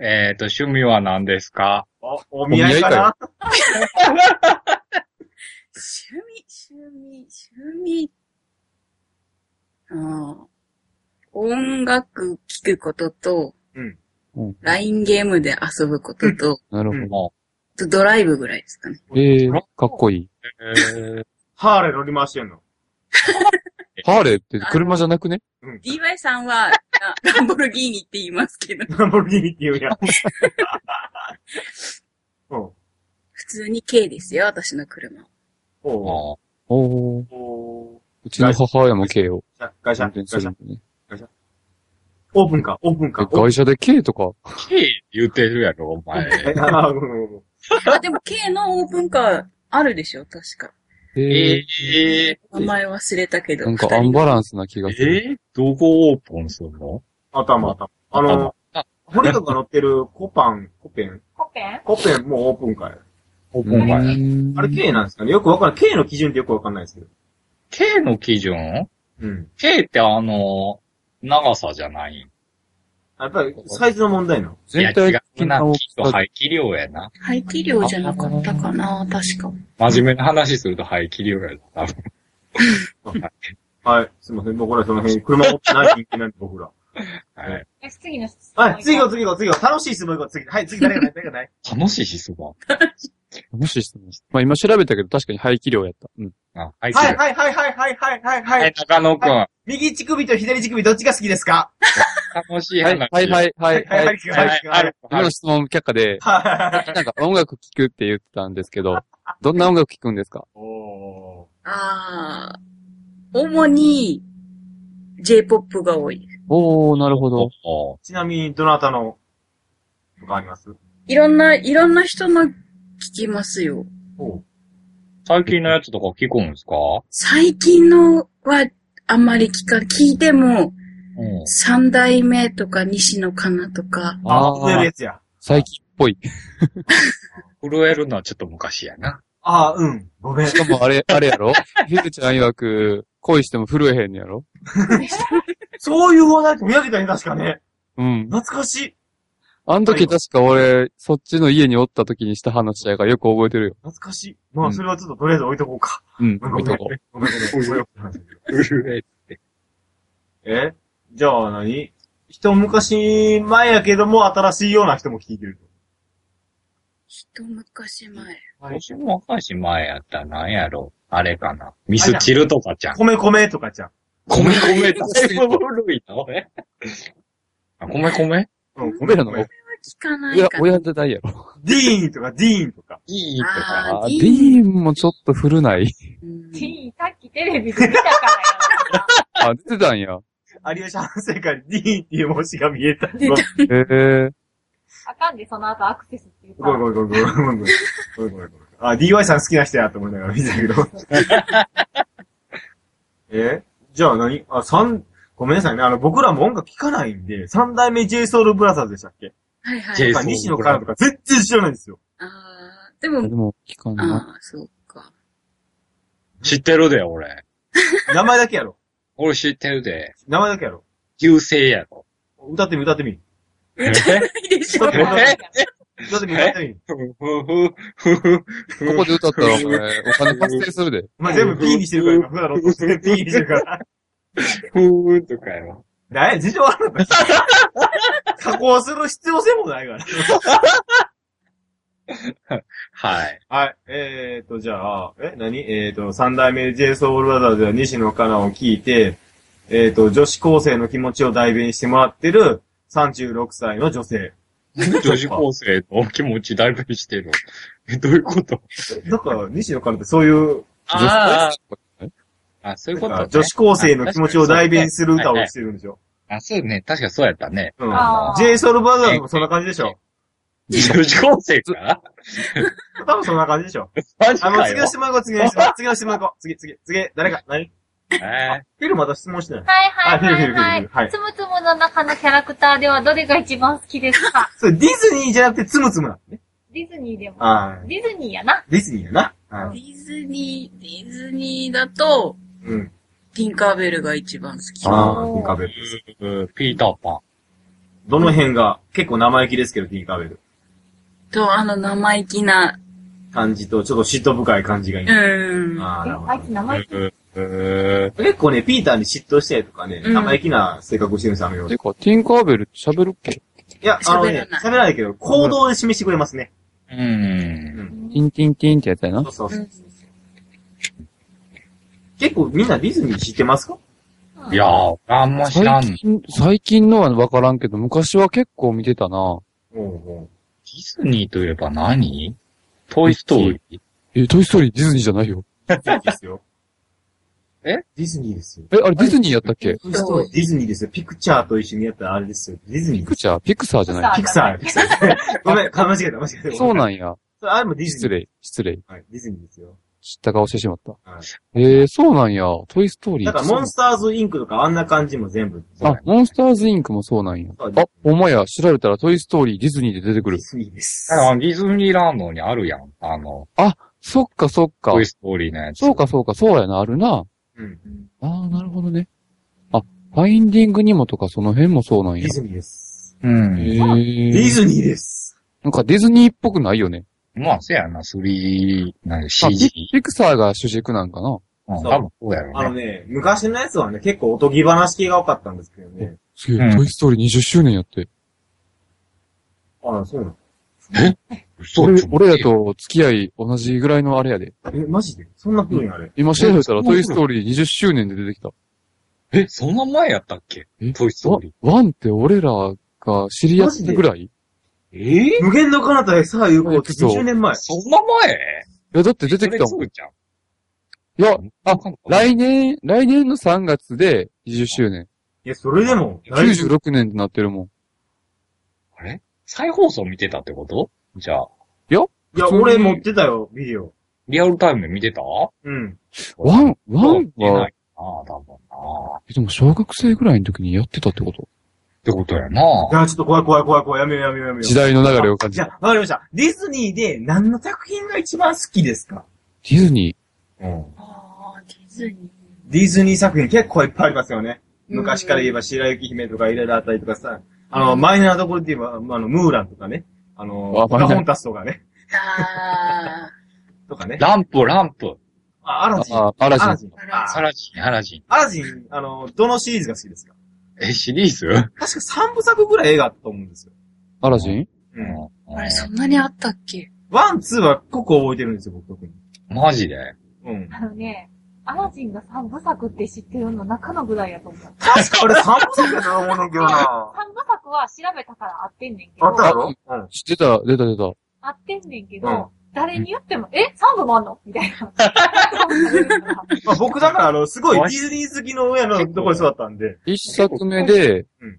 Speaker 2: えっ、と、趣味は何ですか
Speaker 1: お、お見合いかな
Speaker 3: 趣味、趣味、趣味。ああ。音楽聴くことと、
Speaker 1: うん
Speaker 4: うん
Speaker 3: LINE ゲームで遊ぶことと、
Speaker 4: なるほ
Speaker 2: も
Speaker 3: あとドライブぐらいですかね。
Speaker 4: ど。えー、かっこいい。
Speaker 2: う、えー、
Speaker 1: ハーレー乗り回してんの。
Speaker 4: ハーレーって車じゃなくね
Speaker 3: DY さんは、あランボルギーニって言いますけど、
Speaker 1: ランボルギーニって言うやん。 うん。
Speaker 3: 普通に K ですよ、私の車。
Speaker 1: おー。
Speaker 2: も
Speaker 4: おー、
Speaker 1: おー。
Speaker 4: うちの母親も K を
Speaker 1: 会社、
Speaker 4: 運
Speaker 1: 会
Speaker 4: 転する
Speaker 1: 社
Speaker 4: ん、でね。
Speaker 1: オープンか、オープンか。オー
Speaker 4: 会社で K とか、
Speaker 2: 言ってるやろ、お前。
Speaker 1: プンかあーごめんごめんごめん
Speaker 3: あ、でも K のオープンカーあるでしょ確か。
Speaker 4: え
Speaker 2: えー、
Speaker 3: 名前忘れたけ
Speaker 4: ー
Speaker 3: ど。
Speaker 4: なんか
Speaker 3: 二
Speaker 4: ア
Speaker 3: 人
Speaker 4: ンバランスな気が
Speaker 2: え
Speaker 4: する。
Speaker 2: ー、どこオープンするの
Speaker 1: 頭、頭。あの、
Speaker 2: あ
Speaker 1: 骨とか乗ってるコパン、コペン。
Speaker 5: コペン
Speaker 1: コペンもオープンかよ。
Speaker 2: オープン前。
Speaker 4: うん
Speaker 1: あれ K なんですかねよくわかんない。K の基準ってよくわかんないですけど。
Speaker 2: K の基準
Speaker 1: うん。
Speaker 2: ?K ってあの、長さじゃない。
Speaker 1: やっぱりサイズの問題なの。
Speaker 2: いや、
Speaker 4: 全
Speaker 2: 違
Speaker 4: 体
Speaker 2: う
Speaker 4: 的
Speaker 2: な。
Speaker 4: な
Speaker 2: き
Speaker 4: 大
Speaker 2: っ
Speaker 4: き
Speaker 2: と
Speaker 4: さ。
Speaker 2: 排気量やな。
Speaker 3: 排気量じゃなかったかな確か。
Speaker 2: 真面目な話すると排気量やな。多分
Speaker 1: はい。すいません。僕らその辺、車持ってない人間なんで僕ら。
Speaker 2: はい。
Speaker 5: よし、次の質問。
Speaker 1: はい。次行こう、次行こう、次行こう。楽しい質問行こう。次。はい。次誰がない誰がない
Speaker 2: 楽しい質問。
Speaker 4: もししてました。まあ今調べたけど確かに排気量やった。うん。
Speaker 2: あ、はい、
Speaker 1: はい、
Speaker 2: は、
Speaker 1: はい、はい、はい、はい、はい、はい、はいい。
Speaker 2: 中野くん。
Speaker 1: 右乳首と左乳首どっちが好きですか
Speaker 2: 楽しい
Speaker 4: は
Speaker 2: 話
Speaker 4: い、。はい、はい、は
Speaker 1: は
Speaker 4: い。
Speaker 1: い、
Speaker 4: は
Speaker 1: は
Speaker 4: い
Speaker 1: い、はい、
Speaker 2: は
Speaker 1: はいい。
Speaker 4: 今の質問却下で、
Speaker 1: はい。
Speaker 4: なんか音楽聴くって言ってたんですけど、どんな音楽聴くんですか
Speaker 1: おー。
Speaker 3: ああ、主に J-POP が多い。
Speaker 4: おー、なるほど。
Speaker 2: おー
Speaker 1: ちなみに、どなたの、とかあります
Speaker 3: いろんな、いろんな人の聞きますよ。
Speaker 1: おう。
Speaker 2: 最近のやつとか聞くんですか
Speaker 3: 最近のはあんまり聞か、聞いても、
Speaker 2: うん。
Speaker 3: 三代目とか西野カナとか、
Speaker 1: あ、
Speaker 4: ー
Speaker 1: そういうやつや。
Speaker 4: 最近っぽい。
Speaker 2: 震えるのはちょっと昔やな。
Speaker 1: あー、うん。ごめん
Speaker 4: し。かもあれ、あれやろ ひぐちゃん曰く、恋しても震えへんのやろ
Speaker 1: そういう話題って見上げたね、確かね。
Speaker 4: うん。
Speaker 1: 懐かしい。
Speaker 4: あの時確か俺、そっちの家におった時にした話やからよく覚えてるよ。
Speaker 1: 懐かしい。ま
Speaker 4: うん
Speaker 1: あ、それはちょっととりあえず置いとこうか。
Speaker 4: うん。
Speaker 1: ご
Speaker 4: 置
Speaker 1: め
Speaker 4: い
Speaker 1: ん
Speaker 4: と
Speaker 1: ご
Speaker 4: こ
Speaker 1: めん。ごめんごめんごめん。
Speaker 2: 震え。
Speaker 1: えじゃあ何一昔前やけども新しいような人も聞いてる。
Speaker 3: 一昔前。
Speaker 2: 年も若いし前やったら何やろあれかな。ミスチルとかじゃん。
Speaker 1: 米米とかじゃん。
Speaker 2: 米米だいぶ古いな、俺。あ、米米
Speaker 1: うん、
Speaker 4: う。俺らの、
Speaker 1: 米
Speaker 3: 聞かない
Speaker 4: 親、
Speaker 3: かな。
Speaker 4: 親じゃないやろ。
Speaker 1: ディーンとかディーンとか。
Speaker 2: いいとか。
Speaker 4: あ
Speaker 3: あ
Speaker 4: ー、
Speaker 3: ー
Speaker 4: ディーンもちょっと古ない。
Speaker 3: うん
Speaker 5: ティーさっきテレビで見たからよ。
Speaker 4: あ、出てたんや。
Speaker 1: 有吉反省会にディーンっていう文字が見えた。ごめ
Speaker 3: 出
Speaker 1: ん
Speaker 3: た
Speaker 4: え ー。
Speaker 5: あかんで、その後アクセスっていうか
Speaker 1: ご。めんごめんごめんごめんごめんごめんごめんごめん。あ、DY さん好きな人やと思いながら見てたけど。えじゃあ何あ、三、ごめんなさいね。あの、僕らも音楽聴かないんで、三代目 JSOUL ブラザーズでしたっけ
Speaker 3: はいは
Speaker 2: J-
Speaker 3: い。
Speaker 1: なんか西野カナとか全然知らないんですよ。
Speaker 3: ああ、で
Speaker 4: で
Speaker 3: も、
Speaker 4: も、聞かんな。
Speaker 3: ああ、そうか。
Speaker 2: 知ってるで、俺。
Speaker 1: 名前だけやろ。
Speaker 2: 俺知ってるで。
Speaker 1: 名前だけやろ。
Speaker 2: 旧姓やろ。
Speaker 1: 歌ってみ、歌ってみ。
Speaker 2: え
Speaker 3: ないでしょ
Speaker 1: だって
Speaker 2: え
Speaker 1: 歌ってみ、歌ってみ。
Speaker 2: ふふふふふ
Speaker 4: ここで歌ったら、お前お金発生するで。
Speaker 1: お前全部 P にしてるから、今、普段の音全部 P にしてるから。
Speaker 2: ふーとかやろ。
Speaker 1: な事情あるんだよ。加工する必要性もないから。
Speaker 2: はい。
Speaker 1: はい。えーと、じゃあ、え、何えーと、三代目 j s o u l b r o t h e r では西野カナを聞いて、えーと、女子高生の気持ちを代弁してもらってる36歳の女性。
Speaker 2: 女子高生の気持ちだいぶしてる。え、どういうこと
Speaker 1: だから、西野カナってそういう、
Speaker 2: あ
Speaker 4: 女子
Speaker 2: あ、そういう
Speaker 1: な
Speaker 2: こ
Speaker 1: ん
Speaker 2: と
Speaker 1: か
Speaker 2: ね。
Speaker 1: 女子高生の気持ちを代弁する歌をしてるんでしょ。
Speaker 2: あ、そうね。確かそうやったね。
Speaker 1: うん。
Speaker 5: あー
Speaker 1: j s o u l b r o t h e r もそんな感じでしょ。
Speaker 2: 女子高生か
Speaker 1: 多分そんな感じでしょ。
Speaker 2: マジ
Speaker 1: あの、
Speaker 2: か
Speaker 1: 次
Speaker 2: よ
Speaker 1: の。質問行こう、次の質問。次の質問行こう。次、次、次、誰か、何
Speaker 2: え
Speaker 1: フィルまた質問してない。
Speaker 5: は
Speaker 1: あ
Speaker 5: いはい
Speaker 1: フィ
Speaker 5: はい
Speaker 1: ルフィルフィ
Speaker 5: は。
Speaker 1: ルフィルはいい
Speaker 5: つむつむの中のキャラクターではどれが一番好きです か
Speaker 1: それディズニーじゃなくてつむつむなのね。
Speaker 5: ディズニーでも。
Speaker 1: あ
Speaker 5: ディズニーやな。
Speaker 1: ディズニーやな。は
Speaker 3: デ
Speaker 1: い。
Speaker 3: ィズニー、ディズニーだと、
Speaker 1: うん。
Speaker 3: ティンカーベルが一番好き。
Speaker 1: ああ、
Speaker 5: お
Speaker 1: テ
Speaker 5: ー
Speaker 1: ィンカーベル。
Speaker 2: ー、ピーターパン。
Speaker 1: どの辺が、結構生意気ですけど、ティンカーベル。
Speaker 3: と、あの生意気な、
Speaker 1: 感じと、ちょっと嫉妬深い感じがいうい。
Speaker 3: ーん。
Speaker 1: ああ、
Speaker 5: え
Speaker 1: なるほ
Speaker 5: あいつ名前
Speaker 2: え
Speaker 1: ど。結構ね、ピーターに嫉妬したりとかね、
Speaker 3: うん
Speaker 1: 生意気な性格をしてるんですよ、あのよう
Speaker 4: てか、ティンカーベルって喋るっけ
Speaker 1: いや、あのね
Speaker 3: 喋ら、ない
Speaker 1: 喋らないけど、行動で示してくれますね。
Speaker 2: ー。うん。
Speaker 4: ティンティンティンってやったやな
Speaker 1: そ。うそう
Speaker 3: う
Speaker 1: そうん結構みんなディズニー知ってますか
Speaker 2: いやー、あんま知らん。デ
Speaker 4: 最
Speaker 2: ィ
Speaker 4: 近、最近のはわからんけど、昔は結構見てたな。
Speaker 1: うんうん。
Speaker 2: ズニーといえば何トイストーリー。
Speaker 4: え、トイストーリーディズニーじゃないよ。
Speaker 1: そうですよ。ディズニーですよ。
Speaker 4: え、あれディズニーやったっけ
Speaker 1: トイストーリーディズニーですよ。ピクチャーと一緒にやったらあれですよ。ディズニ
Speaker 4: ピ
Speaker 1: ーで
Speaker 4: ク
Speaker 1: す。
Speaker 4: チャーピクサーじゃない
Speaker 1: ピクサー、ピクサー。ごめん、間違えた、間違えた。
Speaker 4: そうなんんや。
Speaker 1: あれもディズニー。
Speaker 4: 失。礼、失礼。
Speaker 1: はい、ディズニーですよ。
Speaker 4: 知った顔してしまった。
Speaker 1: はい
Speaker 4: えー、そうなんや。トイストーリー。
Speaker 1: だから、モンスターズインクとかあんな感じも全部。
Speaker 4: あ、モンスターズインクもそうなんや。
Speaker 1: そう
Speaker 4: あ、お前や、調べたらトイストーリー、ディズニーで出てく
Speaker 1: デ
Speaker 4: る
Speaker 1: ィ。ズニーです。
Speaker 2: あのディズニーランドにあるやん。あの、
Speaker 4: そっかそっか
Speaker 2: ト。イストーリーのやつ。
Speaker 4: そうかそうか、そうやな、あるな。
Speaker 1: うん。
Speaker 4: ああ、なるほどね。あ、ファインディングにもとかその辺もそうなん
Speaker 1: デ
Speaker 4: や
Speaker 1: ィ。ズニーです。
Speaker 2: うん。
Speaker 4: へ
Speaker 1: デ
Speaker 4: え
Speaker 1: ィ。ズニーです。
Speaker 4: なんかディズニーっぽくないよね。
Speaker 2: まあ、せやな、3、なんか
Speaker 4: あピ
Speaker 2: CG。
Speaker 4: ピクサーが主軸なんかな。好
Speaker 2: うん、
Speaker 1: そ
Speaker 2: 多
Speaker 1: う
Speaker 2: 分そうや
Speaker 1: あ
Speaker 2: ろ
Speaker 1: の
Speaker 2: ね。
Speaker 1: ね、昔のやつはね、結構おとぎ話系が多かったんですけどね。
Speaker 4: すげ
Speaker 2: う
Speaker 4: え、
Speaker 2: ん
Speaker 4: トイストーリー20周年やって。
Speaker 1: あそうなの
Speaker 2: そう
Speaker 4: 俺俺らと付き合い同じぐらいのあれやで。
Speaker 1: え、マジでそんな風にあれ。
Speaker 4: 今調べたら
Speaker 2: え
Speaker 4: トイストーリー20周年で出てきた。
Speaker 2: え、そんな前やったっけ
Speaker 4: え
Speaker 2: トイストー
Speaker 4: わ
Speaker 2: リー。
Speaker 4: ワンって俺らが知り合ってぐらいい
Speaker 2: え
Speaker 1: 無限の彼方へさあ有効
Speaker 4: え
Speaker 1: っ
Speaker 4: っと
Speaker 1: て20年前。
Speaker 2: そんな前
Speaker 4: や、だって出てきた
Speaker 2: そ
Speaker 4: もん。
Speaker 2: れ
Speaker 4: い
Speaker 2: そうじゃん。
Speaker 4: や、あ、
Speaker 2: イ
Speaker 4: 来年、来年の3月で20周年。
Speaker 1: いや、それでも、
Speaker 4: 96年になってるもん。
Speaker 2: あれ再放送見てたってことじゃあ、
Speaker 1: いや、俺持ってたよ、ビデオ。
Speaker 2: リアルタイムで見てた
Speaker 1: うん。
Speaker 4: ワン、ワン
Speaker 2: 見て
Speaker 4: は
Speaker 2: な、いな、多分な。
Speaker 4: えでも小学生ぐらいの時にやってたってこと
Speaker 2: ってことやな。
Speaker 1: いや、ちょっと怖い怖い怖い怖い。やめようやめようやめよう。
Speaker 4: 時代の流れを感じ
Speaker 1: じゃ
Speaker 4: た。
Speaker 1: あ、わかりました。ディズニーで何の作品が一番好きですか
Speaker 4: ディズニ
Speaker 1: うん。
Speaker 3: ああ、ディズニー。
Speaker 1: ディズニー作品結構いっぱいありますよね。昔から言えば白雪姫とかいろいろあったりとかさ、あの、マイナーなところで言えば、まああの、ムーランとかね。あの
Speaker 4: あ、
Speaker 1: ポカホンタスとかね。
Speaker 3: あ
Speaker 1: とかね。
Speaker 2: ランプ、ランプ。
Speaker 1: あ、アラジン。
Speaker 4: あアラジ
Speaker 1: ン
Speaker 4: ン
Speaker 3: アラジン
Speaker 1: あ
Speaker 2: アラジン、アラジン。
Speaker 1: アラジン、あの、どのシリーズが好きですか
Speaker 2: え、シリーズ
Speaker 1: 確か3部作ぐらい映画あったと思うんですよ。
Speaker 4: ー、アラジン
Speaker 1: う。
Speaker 2: うん
Speaker 3: あ、
Speaker 2: ん
Speaker 3: あれ、そんなにあったっけ
Speaker 1: ワン、ツーはここ覚えてるんですよ、僕特に。
Speaker 2: マジで
Speaker 1: うん。
Speaker 5: あのね、アラジンが3部作って知ってるの中のぐらいやと思う。
Speaker 1: 確か俺3部作だと思うねんけどな
Speaker 5: 3部作は調べたから合ってんねんけ ど、
Speaker 1: あったや
Speaker 5: 合
Speaker 1: ろうん。
Speaker 4: 知ってた、出た出た。
Speaker 5: ってんねんけ
Speaker 1: うん
Speaker 5: ど、誰に言っても、え ?3 部もあんのみ たいな。
Speaker 1: まあ僕だからあの、すごいディズニー好きの親のところに育ったんで、
Speaker 4: 一作目で
Speaker 1: うん、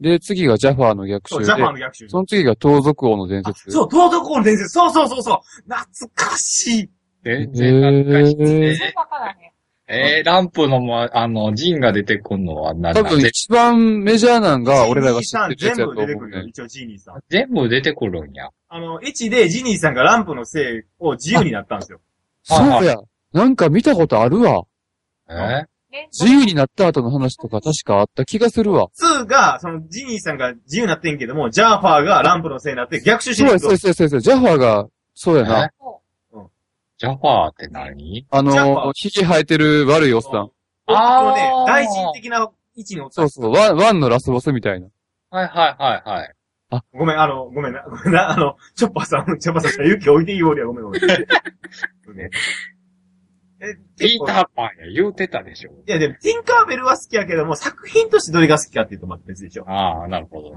Speaker 4: で、次がジャファーの逆
Speaker 1: そう、
Speaker 4: 襲
Speaker 1: ジャパンの
Speaker 4: で、
Speaker 1: 逆襲。
Speaker 4: その次が盗賊王の伝
Speaker 1: あ
Speaker 4: 説。
Speaker 1: そう、東東高の伝説。そうそうそうそう。懐かしい。
Speaker 2: 全然恥ずかしい
Speaker 4: へ
Speaker 5: そうだからね。
Speaker 2: えー、ランプのも、あの、ジンが出てくんのは何
Speaker 4: 多
Speaker 2: だ
Speaker 4: 分一番メジャーなんが俺らが知ってるやつ
Speaker 1: ジ
Speaker 4: や
Speaker 1: ー
Speaker 4: と
Speaker 1: ニーさん全部出てく
Speaker 4: 思う
Speaker 1: るよ、
Speaker 4: ね。
Speaker 1: 一応ジーニーさん。
Speaker 2: 全部出てくるんや。
Speaker 1: あの、1でジーニーさんがランプのせいを自由になったんですよ。
Speaker 2: はいはい
Speaker 4: そうや。なんか見たことあるわ。
Speaker 2: え
Speaker 1: あ
Speaker 5: ね
Speaker 4: 自由になった後の話とか確かあった気がするわ。
Speaker 1: 2が、その、ジーニーさんが自由になってんけども、ジャーファーがランプのせいになって逆襲し
Speaker 4: そう
Speaker 1: て
Speaker 4: や、
Speaker 1: る
Speaker 4: そうや、そうや、そうやそうや。ジャファーが、そうやな。
Speaker 2: ジャファーって何
Speaker 4: あ
Speaker 1: ジャファ
Speaker 4: の
Speaker 1: ー、
Speaker 4: ひげ生えてる悪いおっさん。
Speaker 1: あね
Speaker 2: あー、
Speaker 1: 大臣的な位置におった
Speaker 4: そうそう、ワン、ワンのラスボスみたいな。
Speaker 2: はいはいはいはい。
Speaker 1: ごめん、あの、ごめんな、ごめんな、あの、チョッパーさん、チョッパーさんしか勇気置いていいようりはごめんご めん。そうねえ、
Speaker 2: ピ
Speaker 1: 結
Speaker 2: ー
Speaker 1: 構
Speaker 2: ターパンや、言うてたでしょ。
Speaker 1: いやでも、ティンカーベルは好きやけども、作品としてどれが好きかっていうとまた別でしょ。
Speaker 2: ああ、なるほど。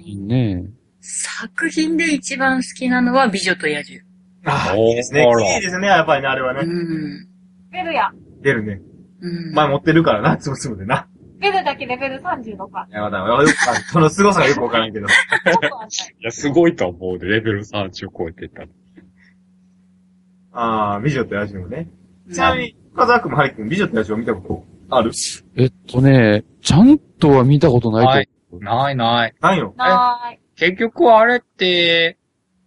Speaker 4: いいね
Speaker 3: 作品で一番好きなのは美女と野獣。
Speaker 1: ああ、
Speaker 2: おー
Speaker 1: いいですね。綺麗ですね、やっぱりね、あれは
Speaker 3: う
Speaker 1: ね。
Speaker 3: ん。
Speaker 5: ベルや。
Speaker 1: 出るね。
Speaker 3: うん。
Speaker 1: 前持ってるからな、つぶつぶでな。
Speaker 5: ベルだけレベル36か。
Speaker 1: いや、まだ、よく、その凄さがよくわからんけど。
Speaker 5: ちょっとはない。
Speaker 2: いや、すごいと思うで、レベル30超えてた。
Speaker 1: ああ、美女と野獣もね。
Speaker 3: うん
Speaker 1: ちなみに、深沢君もハリ君、美女と野獣を見たことある
Speaker 4: えっとね、ちゃんとは見たことないと思う。
Speaker 2: はい。ないない。
Speaker 1: ないよ。
Speaker 5: なーい。
Speaker 2: 結局あれって、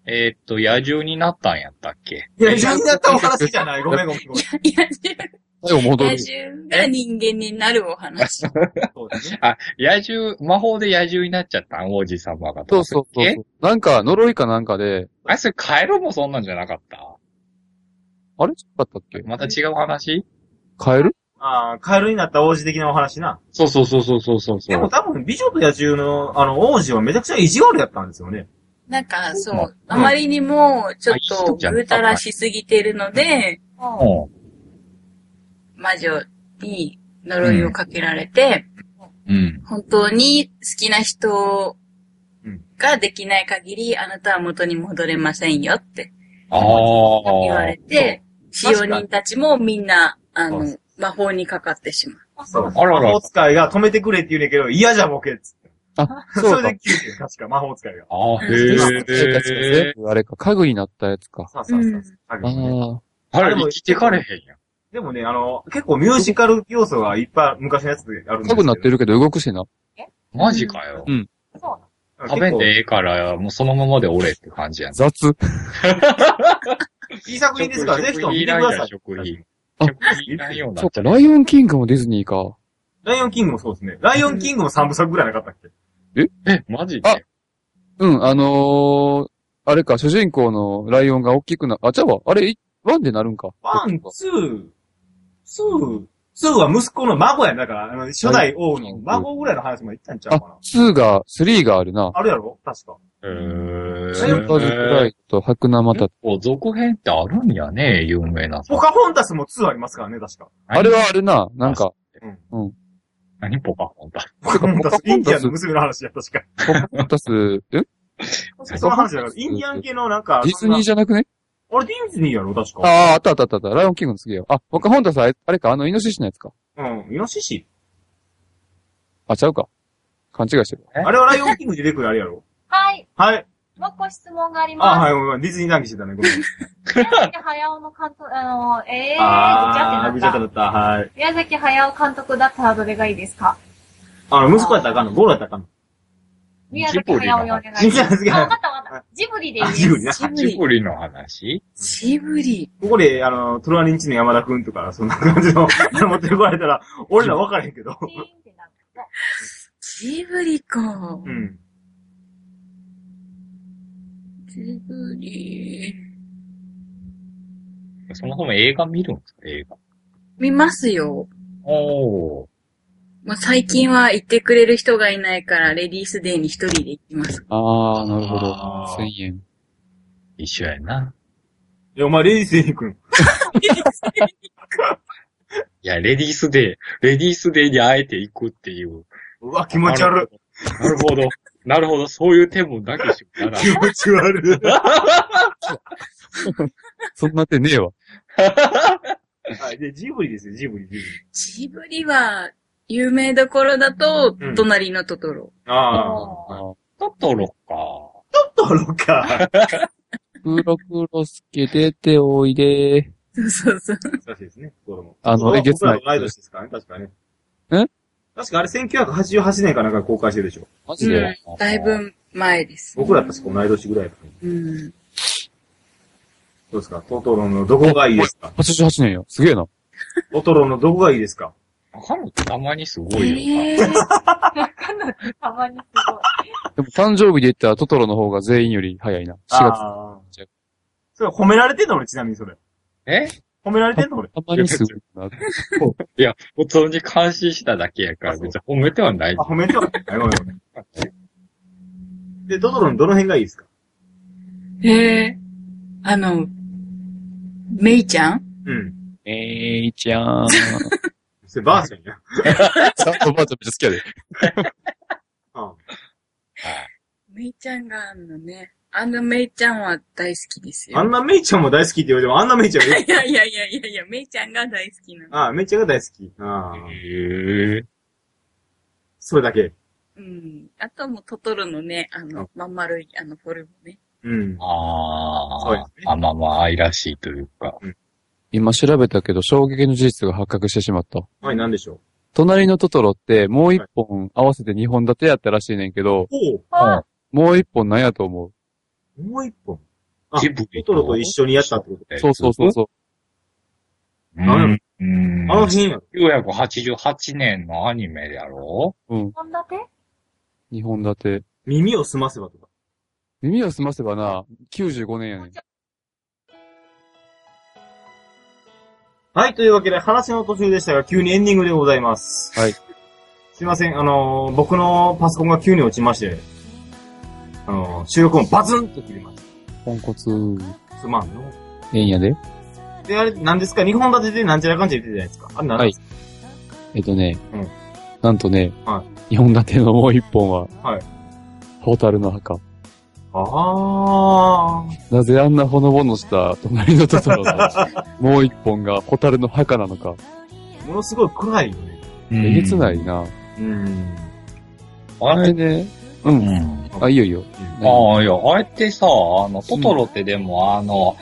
Speaker 2: えーっと、野獣になったんやったっけ
Speaker 1: いや、一緒になったお話じゃない。ごめん、ごめん、ごめん。
Speaker 3: 野獣、
Speaker 4: 最後戻
Speaker 3: 野
Speaker 4: る。
Speaker 3: 獣が人間になるお話。
Speaker 1: そうですね。
Speaker 2: あ、野獣、魔法で野獣になっちゃったん王子様が。
Speaker 4: そうそうそう
Speaker 2: え
Speaker 4: そう。なんか、呪いかなんかで、
Speaker 2: あれ、それカエルもそんなんじゃなかった
Speaker 4: あれ違かったっけ
Speaker 2: また違う話
Speaker 4: カエル
Speaker 1: ああ、カエルになった王子的なお話な。
Speaker 2: そうそうそうそうそうそうそ
Speaker 1: でも
Speaker 2: う。
Speaker 1: 多分、美女と野獣の、あの、王子はめちゃくちゃ意地悪やったんですよね。
Speaker 3: なんか、そうう、あまりにも、ちょっ
Speaker 2: あいい人
Speaker 3: と、
Speaker 2: じゃん
Speaker 3: ぐうたらしすぎてるので、
Speaker 5: うん
Speaker 2: う
Speaker 3: 魔女に呪いをかけられて、
Speaker 2: ん。うん。
Speaker 3: 本当に好きな人
Speaker 1: うん
Speaker 3: ができない限り、あなたは元に戻れませんよって
Speaker 2: ああ。
Speaker 3: 言われて、使用人たちもみんな、あ
Speaker 1: そう
Speaker 3: の、魔法にかかってしまう。
Speaker 5: あ、
Speaker 1: そ
Speaker 5: そうう。
Speaker 2: あら
Speaker 1: 魔
Speaker 2: ら
Speaker 1: 法。使いが止めてくれって言うねんけど、嫌じゃボケっつって。
Speaker 4: あ、
Speaker 1: そ
Speaker 4: そう
Speaker 1: れ
Speaker 4: か
Speaker 1: で。9点、確か、魔法使いが。
Speaker 2: ああ、へ
Speaker 4: え
Speaker 2: え。
Speaker 4: あれか、家具になったやつか。
Speaker 1: さあさあさ
Speaker 3: うん
Speaker 1: あさあ
Speaker 4: ああ。
Speaker 2: あれ、生きてかれへんやん。
Speaker 1: でもね、あの、結構ミュージカル要素がいっぱい昔のやつであるんですけ
Speaker 4: 家
Speaker 1: ど。
Speaker 4: 具なってるけど動くしな。
Speaker 2: マジかよ。
Speaker 5: そう
Speaker 2: 食べんでええから、もうそのままでおれって感じやん。
Speaker 4: 雑。
Speaker 1: 結構いい作品ですから、ぜひとも見てください。
Speaker 2: 食費
Speaker 4: あ
Speaker 2: 食費いらんようにな
Speaker 4: そ
Speaker 2: っ
Speaker 4: う
Speaker 2: ちゃ
Speaker 4: か、
Speaker 2: う。
Speaker 4: ライオンキングもディズニーか。
Speaker 1: ライオンキングもそうですね。ライオンキングも3部作ぐらいなかったっけ
Speaker 2: え、マジで
Speaker 4: あうん、あのー、あれか、主人公のライオンが大きくな、あ、ちゃうわ。あれ、いワンでなるんか。
Speaker 1: ワン、ツー、ツー、ツーは息子の孫やん。だから、あの、初代王の孫ぐらいの話も言ったんちゃうかな。
Speaker 4: ツーが、スリーがあるな。
Speaker 1: あるやろ確か。
Speaker 2: えー。
Speaker 4: シェルパーズ・プライドと白生た
Speaker 2: 結構続編ってあるんやね、有名な
Speaker 1: ポ
Speaker 2: さ。
Speaker 1: カホンタスもツーありますからね、確か。
Speaker 4: あれはあるな。なんか、
Speaker 2: 何ポカホンだ。
Speaker 1: ポカホンタス、インディアンの娘の話や、確か。
Speaker 4: ポカホンタス、 え
Speaker 1: その話だから、インディアン系のなんか、
Speaker 4: ディズニーじゃなくね
Speaker 1: あれディズニーやろ確
Speaker 4: あ
Speaker 1: か。
Speaker 4: あ、あったあったあった。ライオンキングの次よ。あ、ポカホンタス、あれあれか、あの、イノシシのやつか。
Speaker 1: うん。イノシシ
Speaker 4: あ、ちゃうか。勘違いしてる。
Speaker 2: え
Speaker 1: あれはライオンキングに出てくるあれやろ
Speaker 5: はい。
Speaker 1: はい。
Speaker 5: もう一個質問があり
Speaker 1: あ、は
Speaker 5: ま
Speaker 1: い、ごめんごめんディズニー談義してたね、ごめん。
Speaker 5: す。宮崎駿の監督、あの、え
Speaker 1: あ
Speaker 5: ー、
Speaker 1: ー、
Speaker 5: ぐ
Speaker 1: ぐ
Speaker 5: ち
Speaker 1: ち
Speaker 5: ゃ
Speaker 1: ゃ
Speaker 5: っ
Speaker 1: ってて
Speaker 5: な
Speaker 1: な
Speaker 5: った。
Speaker 1: った。はい。
Speaker 5: 宮崎駿監督だったらどれがいいですか
Speaker 1: あの、息子やったらあかんのゴロやったらあかんの
Speaker 5: 宮崎駿にお願いし
Speaker 1: ジ
Speaker 5: ます。
Speaker 1: ブリ
Speaker 5: あ、わ
Speaker 1: が
Speaker 5: か。ったわかった。ジブリでいい
Speaker 1: あ、
Speaker 5: です。
Speaker 1: ジブリな。
Speaker 3: ジブ
Speaker 2: ジ
Speaker 3: リ。
Speaker 2: ブリの話
Speaker 3: ジブリ。
Speaker 1: ここで、あの、トラニンチの山田くんとか、そんな感 じの、あの持ってこられたら、俺ら分からへんけど。
Speaker 5: チーンってなる
Speaker 3: ジブリか。
Speaker 1: うん。
Speaker 3: ジブリ。
Speaker 2: そもそも映画見るんですか映画。
Speaker 3: 見ますよ。
Speaker 2: おー。
Speaker 3: もう最近は行ってくれる人がいないから、レディースデーに一人で行きます。
Speaker 4: ああ、なるほど。
Speaker 2: あー
Speaker 4: 1000円。
Speaker 2: 一緒やな。
Speaker 1: いや、お前、レイジに行くん。
Speaker 2: いや、レディースデー、レディースデーにあえて行くっていう。
Speaker 1: うわ、気持ち悪い。
Speaker 2: なるほど。なるほど。そういう手もなきしもならん
Speaker 1: 気持ち悪い。
Speaker 4: そんな手ねえわ。
Speaker 1: はい、で、ジブリですよ、ジブリ、ジブリ。
Speaker 3: ジブリは、有名どころだと
Speaker 1: うん、
Speaker 3: 隣のトトロ。
Speaker 1: ああ。
Speaker 4: あ
Speaker 2: トトロか。
Speaker 1: トロか。
Speaker 4: 黒黒すけ出ておいで。
Speaker 3: そうそうそう。
Speaker 1: 難しいですね、トロも。
Speaker 4: あのえげつない
Speaker 1: 僕らと同い年ですからね、確かね。
Speaker 4: え
Speaker 1: 確かあれ、1988年かなんか公開してるでしょ。
Speaker 4: マジ
Speaker 3: うん
Speaker 4: で。
Speaker 3: だいぶ前です。
Speaker 1: 僕ら確か同い年ぐらいだからね
Speaker 3: うん。
Speaker 1: どうですかトトロのどこがいいですか
Speaker 4: 88年よ。すげえな。
Speaker 1: トトロのどこがいいですか
Speaker 2: 中野ってたまにすごいよな。
Speaker 3: えー、
Speaker 5: たまにす
Speaker 4: で
Speaker 5: ごい。
Speaker 4: も誕生日で言ったらトトロの方が全員より早いな。4月。あ
Speaker 1: あーそれ褒められてんの俺、ちなみにそれ。
Speaker 2: え
Speaker 1: 褒められてんの俺。
Speaker 4: まりすごいな。
Speaker 2: いや、普通に監視しただけやから、
Speaker 1: あそう
Speaker 2: 別に褒めてはない
Speaker 1: あ、。褒めてはない。ごめんごめん。で、トトロのどの辺がいいですか
Speaker 3: えー、あの、メイちゃん
Speaker 1: うん。
Speaker 4: えいちゃん。
Speaker 1: そればあちゃんや。
Speaker 4: さおばあちゃんめっちゃ好きやで。
Speaker 1: うん。
Speaker 3: メイちゃんがあんのね。あのメイちゃんは大好きです
Speaker 1: あ
Speaker 3: よ。
Speaker 1: んなめいちゃんも大好きって言われても、あんなめいちゃんよ
Speaker 3: いやいやいやいやいや、メイちゃんが大好きなの。
Speaker 1: ああ、めいちゃんが大好き。ああ。
Speaker 2: へえ。
Speaker 1: それだけ。
Speaker 3: うん。あともうトトロのね、あの、まん丸い、あの、フォルムね。
Speaker 1: うん。
Speaker 2: あ
Speaker 1: そう
Speaker 2: ー
Speaker 1: ですね
Speaker 2: あ、まあまあ、愛らしいというか。
Speaker 4: 今調べたけど、衝撃の事実が発覚してしまった。
Speaker 1: はい、なんでしょ
Speaker 4: 隣のトトロって、もう一本合わせて二本立てやったらしいねんけど、
Speaker 1: う。おう
Speaker 5: あ、
Speaker 4: もう一本なんやと思う。
Speaker 1: もう一本。あ
Speaker 2: ジ
Speaker 1: ト
Speaker 2: ブリ
Speaker 1: トロと一緒にやったってこと。
Speaker 2: 緒
Speaker 4: そうそうそう。そう。
Speaker 2: う
Speaker 1: なんや
Speaker 2: ん。うん。
Speaker 1: あの辺やろ。
Speaker 2: 988年のアニメやろ。
Speaker 5: 本立て
Speaker 4: 二本立て。
Speaker 1: 耳を澄ませばとか。
Speaker 4: 耳を澄ませばな、95年やねん。
Speaker 1: はい、というわけで、話の途中でしたが、急にエンディングでございます。
Speaker 4: はい。
Speaker 1: すいません、あのー僕のパソコンが急に落ちまして、あのー収録音バツンと切りまし
Speaker 4: ポンコツ、
Speaker 1: た。すまんの。
Speaker 4: えんやで。
Speaker 1: で、あれ、何ですか日本立てでなんちゃらかんちゃら言ってたじゃないですか。あれ何です
Speaker 4: えっとね、
Speaker 1: うん
Speaker 4: なんとね、
Speaker 1: は
Speaker 4: 二本立てのもう一本は、
Speaker 1: はい
Speaker 4: ホタルの墓。
Speaker 1: か、あー。
Speaker 4: なぜあんな ほのぼのした隣のトトロのもう一本がホタルの墓なのか。
Speaker 1: ものすごい暗いよね。
Speaker 4: えげつないいな。
Speaker 1: うん。
Speaker 2: あ
Speaker 4: あ
Speaker 2: れ、
Speaker 4: れね、うん。
Speaker 2: うん。
Speaker 4: あ、いいよいいよ。
Speaker 2: ああ、いや、あれってさ、あの、トトロってでも、あの、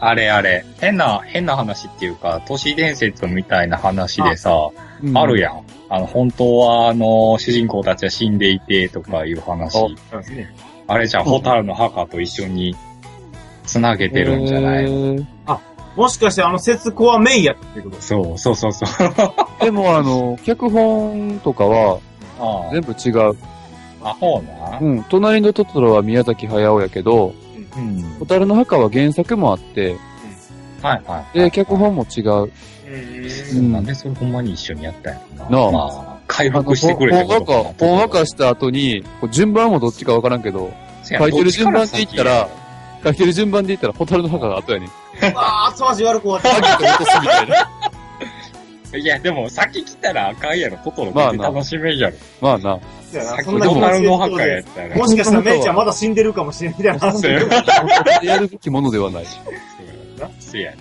Speaker 2: あれあれ、変な、変な話っていうか、都市伝説みたいな話でさ、
Speaker 4: うん
Speaker 2: あるやん。あの、本当は、あの、主人公たちは死んでいて、とかいう話。
Speaker 1: そうですね。
Speaker 2: あれじゃん、ホタルの墓と一緒に、つなげてるんじゃない、
Speaker 4: へー
Speaker 1: もしかしてあの節子はメインやったってこと
Speaker 2: そう、そうそうそう。
Speaker 4: でもあの、脚本とかは
Speaker 2: あ
Speaker 4: 全部違う。
Speaker 2: あ、アホな。
Speaker 4: うん。隣のトトロは宮崎駿やけど、
Speaker 2: うん。
Speaker 4: ホタルの墓は原作もあって、
Speaker 2: はいはい。
Speaker 4: で、脚本も違う。
Speaker 1: う
Speaker 2: そうなんでそれほんまに一緒にやったんやろ
Speaker 4: なあ
Speaker 2: まあ、解
Speaker 4: あの、
Speaker 2: 放してくれってこと
Speaker 4: ほんわか、ほんわかした後に、こう順番もどっちかわからんけど、
Speaker 2: せや
Speaker 4: 書いてる順番で言った
Speaker 2: ど
Speaker 4: ら、書いてる順番で言ったら、ホタルの墓が後 やねん。
Speaker 1: わー、後味悪く終わっ
Speaker 4: ハ
Speaker 1: た。
Speaker 4: ゲと落とすみた
Speaker 2: っち
Speaker 4: いな。
Speaker 2: から先いや、でも、先来たらあかんやろ。トトロ見て楽しめるやろ。
Speaker 4: まあな。
Speaker 1: そうやな
Speaker 2: 先
Speaker 1: そんな気
Speaker 2: ドナルド
Speaker 1: 持
Speaker 2: 墓やっ
Speaker 1: ち
Speaker 2: たら。
Speaker 1: もしかしたらメイちゃんまだ死んでるかもしれんみたいな話
Speaker 2: そうやな。
Speaker 4: やるべきものではない。
Speaker 2: そうやな。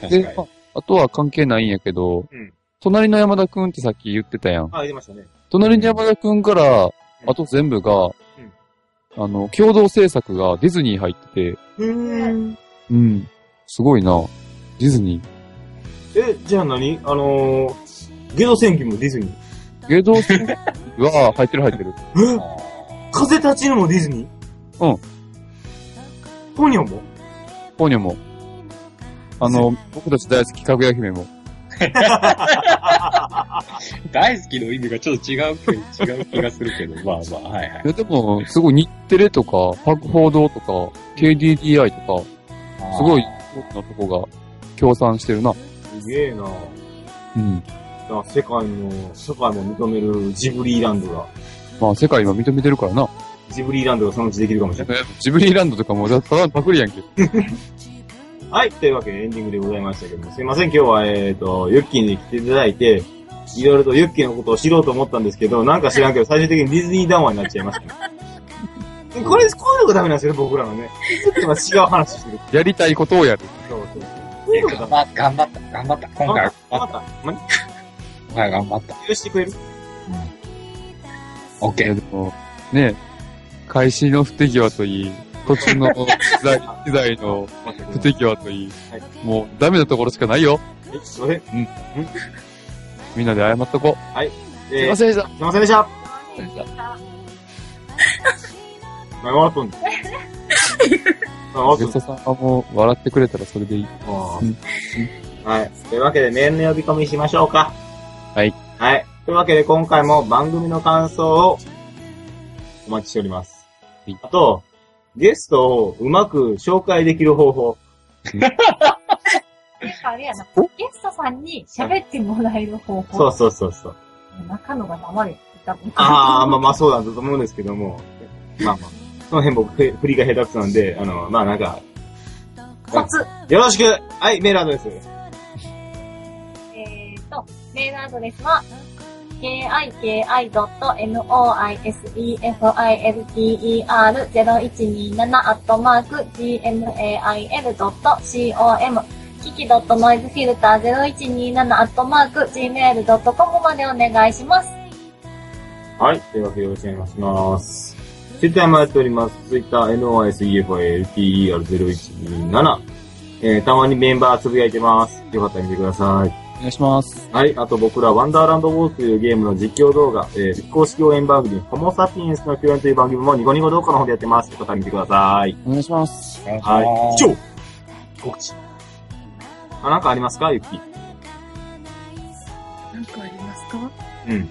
Speaker 2: 確か
Speaker 4: で、
Speaker 2: に
Speaker 4: あ。あとは関係ないんやけど、
Speaker 1: うん
Speaker 4: 隣の山田くんってさっき言ってたやん。
Speaker 1: あ、言ってましたね。
Speaker 4: 隣の山田くんから、あと全部が、あの、共同制作がディズニー入ってて、
Speaker 1: うーん。
Speaker 4: うん。すごいな。ディズニ
Speaker 1: え、じゃあ何あのー、ゲド戦記もディズニー。
Speaker 4: ー。芸道戦記は入ってる入ってる。
Speaker 1: え風立ちぬもディズニー。
Speaker 4: うん
Speaker 1: ポニョも
Speaker 4: ポニョも。あの、僕たち大好き、かぐや姫も。
Speaker 2: 大好きの意味がちょっと違うけど、違う気がするけど、まあまあ、はいはい
Speaker 4: いや、でも、すごい日テレとか、博報堂とか、KDDI とか、
Speaker 2: あー。
Speaker 4: すごい、のとこが、協賛してるな。
Speaker 1: すげえな
Speaker 4: うん。
Speaker 1: な世界の、世界も認めるジブリーランドが。
Speaker 4: まあ、世界今認めてるからな。
Speaker 1: ジブリーランドがそのうちできるかもしれない。
Speaker 4: ジブリーランドとかも、ただパクリやんけ。
Speaker 1: はい、というわけでエンディングでございましたけども、すいません、今日は、えっ、と、ユッキーに来ていただいて、いろいろとユッキーのことを知ろうと思ったんですけど、なんか知らんけど、最終的にディズニー談話になっちゃいましたね、これ、こういうのがダメなんですよね、僕らのね。ちょっと違う話してる。
Speaker 4: やりたいことをやる。
Speaker 1: そうそう
Speaker 2: いや頑張った、頑張った、頑張った。今回は、
Speaker 1: ま
Speaker 2: 今
Speaker 1: た、また、
Speaker 2: 回は頑張った。
Speaker 1: 許してくれる
Speaker 2: オッ
Speaker 4: い
Speaker 2: ケ
Speaker 4: や、
Speaker 2: ー。
Speaker 4: でも、ね、開始の不手際といい、途中の機 材機材の不手際といい
Speaker 1: はい、
Speaker 4: もうダメなところしかないよ。
Speaker 1: えそれ
Speaker 4: みんなで謝っとこう。すい
Speaker 1: えー
Speaker 4: ますせんでした。
Speaker 1: いませんでした。何笑っとんの何笑っとん
Speaker 4: ゲ
Speaker 1: の
Speaker 4: ストさんはもう笑ってくれたらそれでいい。うん
Speaker 1: はい。というわけで、メールの呼び込みしましょうか。
Speaker 4: はい。
Speaker 1: はい。というわけで、今回も番組の感想をお待ちしております
Speaker 4: はい。
Speaker 1: あと、ゲストをうまく紹介できる方法。
Speaker 5: なんかあれやな
Speaker 4: お、
Speaker 5: ゲストさんに喋ってもらえる方法。
Speaker 1: そうそうそうそう。
Speaker 5: 中野が黙れって言ったもん。
Speaker 1: ああ、まあまあそうなんだと思うんですけども。まあまあ。その辺僕、ふ振りが下手くそなんで、あの、まあなんか、
Speaker 5: コツ。
Speaker 1: よろしくはい、メールアドレス。
Speaker 5: えーと、メールアドレスは、kiki.noisefilter0127-gmail.com キキ .noisefilter0127-gmail.com までお願いします。
Speaker 1: はい。というわけでよろしくお願いします。ツイッターもやっております。ツイッター NOSEFALTER0127。えー、たまにメンバーつぶやいてます。よかったら見てください。
Speaker 4: お願いします。
Speaker 1: はい。あと僕ら、ワンダーランドウォークというゲームの実況動画、えー、公式応援番組、ホモサピエンスの共演という番組もニコニコ動画の方でやってます。よかったら見てください。
Speaker 4: お願いします。
Speaker 1: はい。以上告知。あ、なんかありますかゆっき。
Speaker 3: なんかありますか
Speaker 1: うん。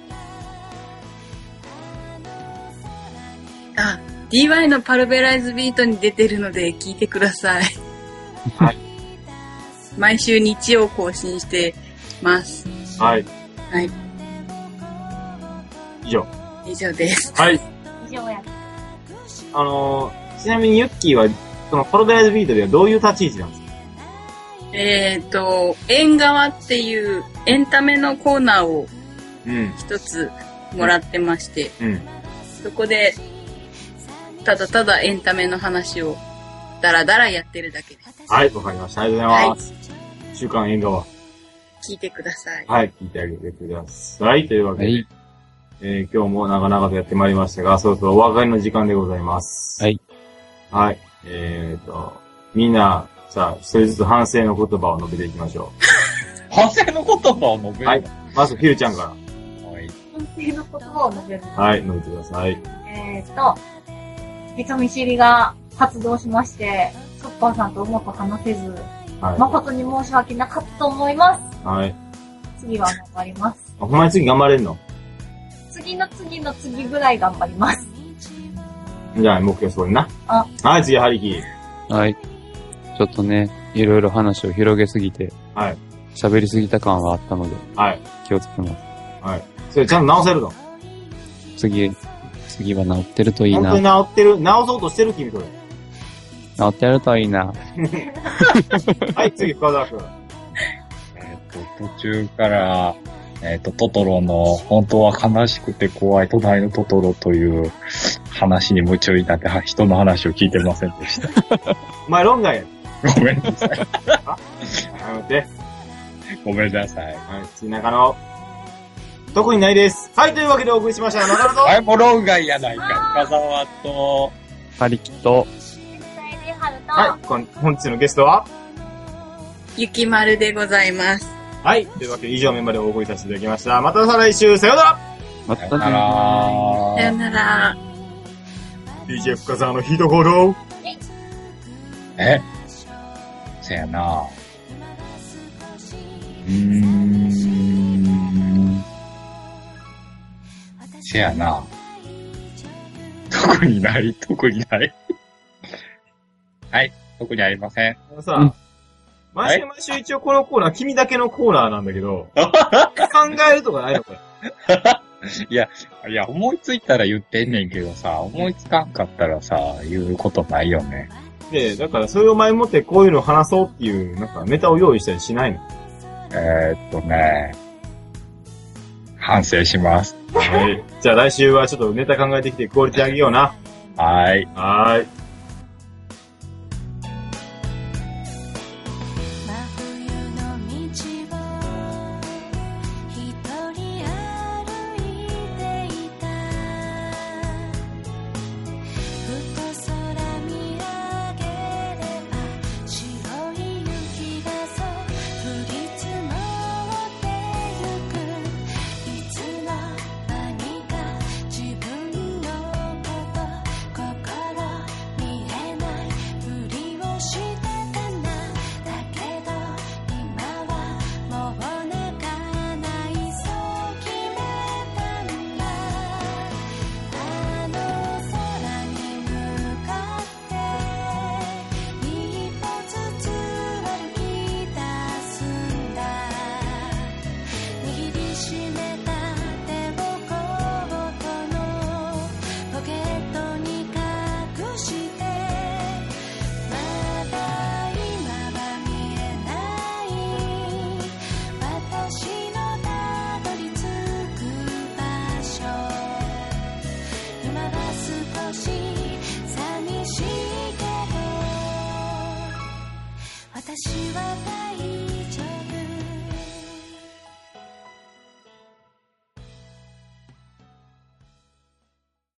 Speaker 3: あ、DY のパルベライズビートに出てるので聞いてください。
Speaker 1: はい。
Speaker 3: 毎週日曜更新してます。
Speaker 1: はい。
Speaker 3: はい。
Speaker 1: 以上。
Speaker 3: 以上です。
Speaker 1: はい。
Speaker 5: 以上や。
Speaker 1: あのー、ちなみにユッキーは、そのパロデライズビートではどういう立ち位置なんですか
Speaker 3: えっ、ー、と、縁側っていうエンタメのコーナーを
Speaker 1: うん。
Speaker 3: 一つもらってまして、
Speaker 1: うん。
Speaker 3: そこで、ただただエンタメの話をダラダラやってるだけです。
Speaker 1: はい、わかりました。ありがとうございます。週刊縁側。
Speaker 3: 聞いてください。
Speaker 1: はい、聞いてあげてください。というわけ
Speaker 4: は
Speaker 1: で、
Speaker 4: い。
Speaker 1: えー今日も長々とやってまいりましたが、そろそろお別れの時間でございます。
Speaker 4: はい。
Speaker 1: はい。えー、と、みんな、さあ、一人ずつ反省の言葉を述べていきましょ
Speaker 2: 反省の言葉を述べる。
Speaker 1: はいいう。まず、フィルちゃんか
Speaker 2: はい。
Speaker 5: 反省の言葉を述べる。
Speaker 1: ら。はい、述べてください。
Speaker 5: えーっと、人見知りが発動しまして、カッパーさんとうまく話せず、
Speaker 1: は
Speaker 5: 誠に申し訳なかったと思います。
Speaker 1: い。はい。
Speaker 5: 次は頑張ります。
Speaker 1: あほんまに次頑張れんの
Speaker 5: 次の次の次ぐらい頑張ります。
Speaker 1: じゃあ、目標それな。
Speaker 5: あ
Speaker 1: はい、次、ハリキ。
Speaker 4: はい。ちょっとね、いろいろ話を広げすぎて、
Speaker 1: はい。
Speaker 4: 喋りすぎた感はあったので、
Speaker 1: はい。
Speaker 4: 気をつけます。
Speaker 1: それちゃんと直せるの
Speaker 4: 次、次は治ってるといい
Speaker 1: 本
Speaker 4: な
Speaker 1: 当に。直ってる、直そうとしてる君それ。
Speaker 4: 治ってるといいな。
Speaker 1: はい、次、深澤君。
Speaker 2: えっ、と、途中から、えっ、と、トトロの、本当は悲しくて怖い隣のトトロという話に夢中になって、は人の話を聞いてませんで した。
Speaker 1: お前、論外や。
Speaker 2: ごめんなさい。
Speaker 1: やめて。
Speaker 2: ごめんなさ
Speaker 1: は
Speaker 2: い。
Speaker 1: い、次、中野。特にないです。はい、というわけでお送りしました。中野と。
Speaker 2: はい、もう論外やないか。深沢と、
Speaker 4: 張り切っと、
Speaker 5: 絶対で春と、
Speaker 1: はい、こん本日のゲストは
Speaker 3: ゆきまるでございます。
Speaker 1: はい、というわけで以上メンバーでお送りさせていただきました。また再来週、さようなら
Speaker 4: ま
Speaker 2: さ
Speaker 4: たね
Speaker 2: よなら
Speaker 3: さよなら。
Speaker 1: !DJ 深沢のヒート行動
Speaker 2: えせやなうーん。せやな特にない、特にない。はい、特にありません。
Speaker 1: あのさ、
Speaker 4: うん
Speaker 1: 毎週毎週一応このコーナー、君だけのコーナーなんだけ ど、考えるとかないのこれ。
Speaker 2: いや、思いついたら言ってんねんけどさ、思いつかんかったらさ、言うことないよね。
Speaker 1: で、だからそれを前もってこういうのを話そうっていう、なんかネタを用意したりしないの。
Speaker 2: えー、っとね、反省します。
Speaker 1: はい。じゃあ来週はちょっとネタ考えてきてクオリティ上げような。
Speaker 2: はい。
Speaker 1: はーい。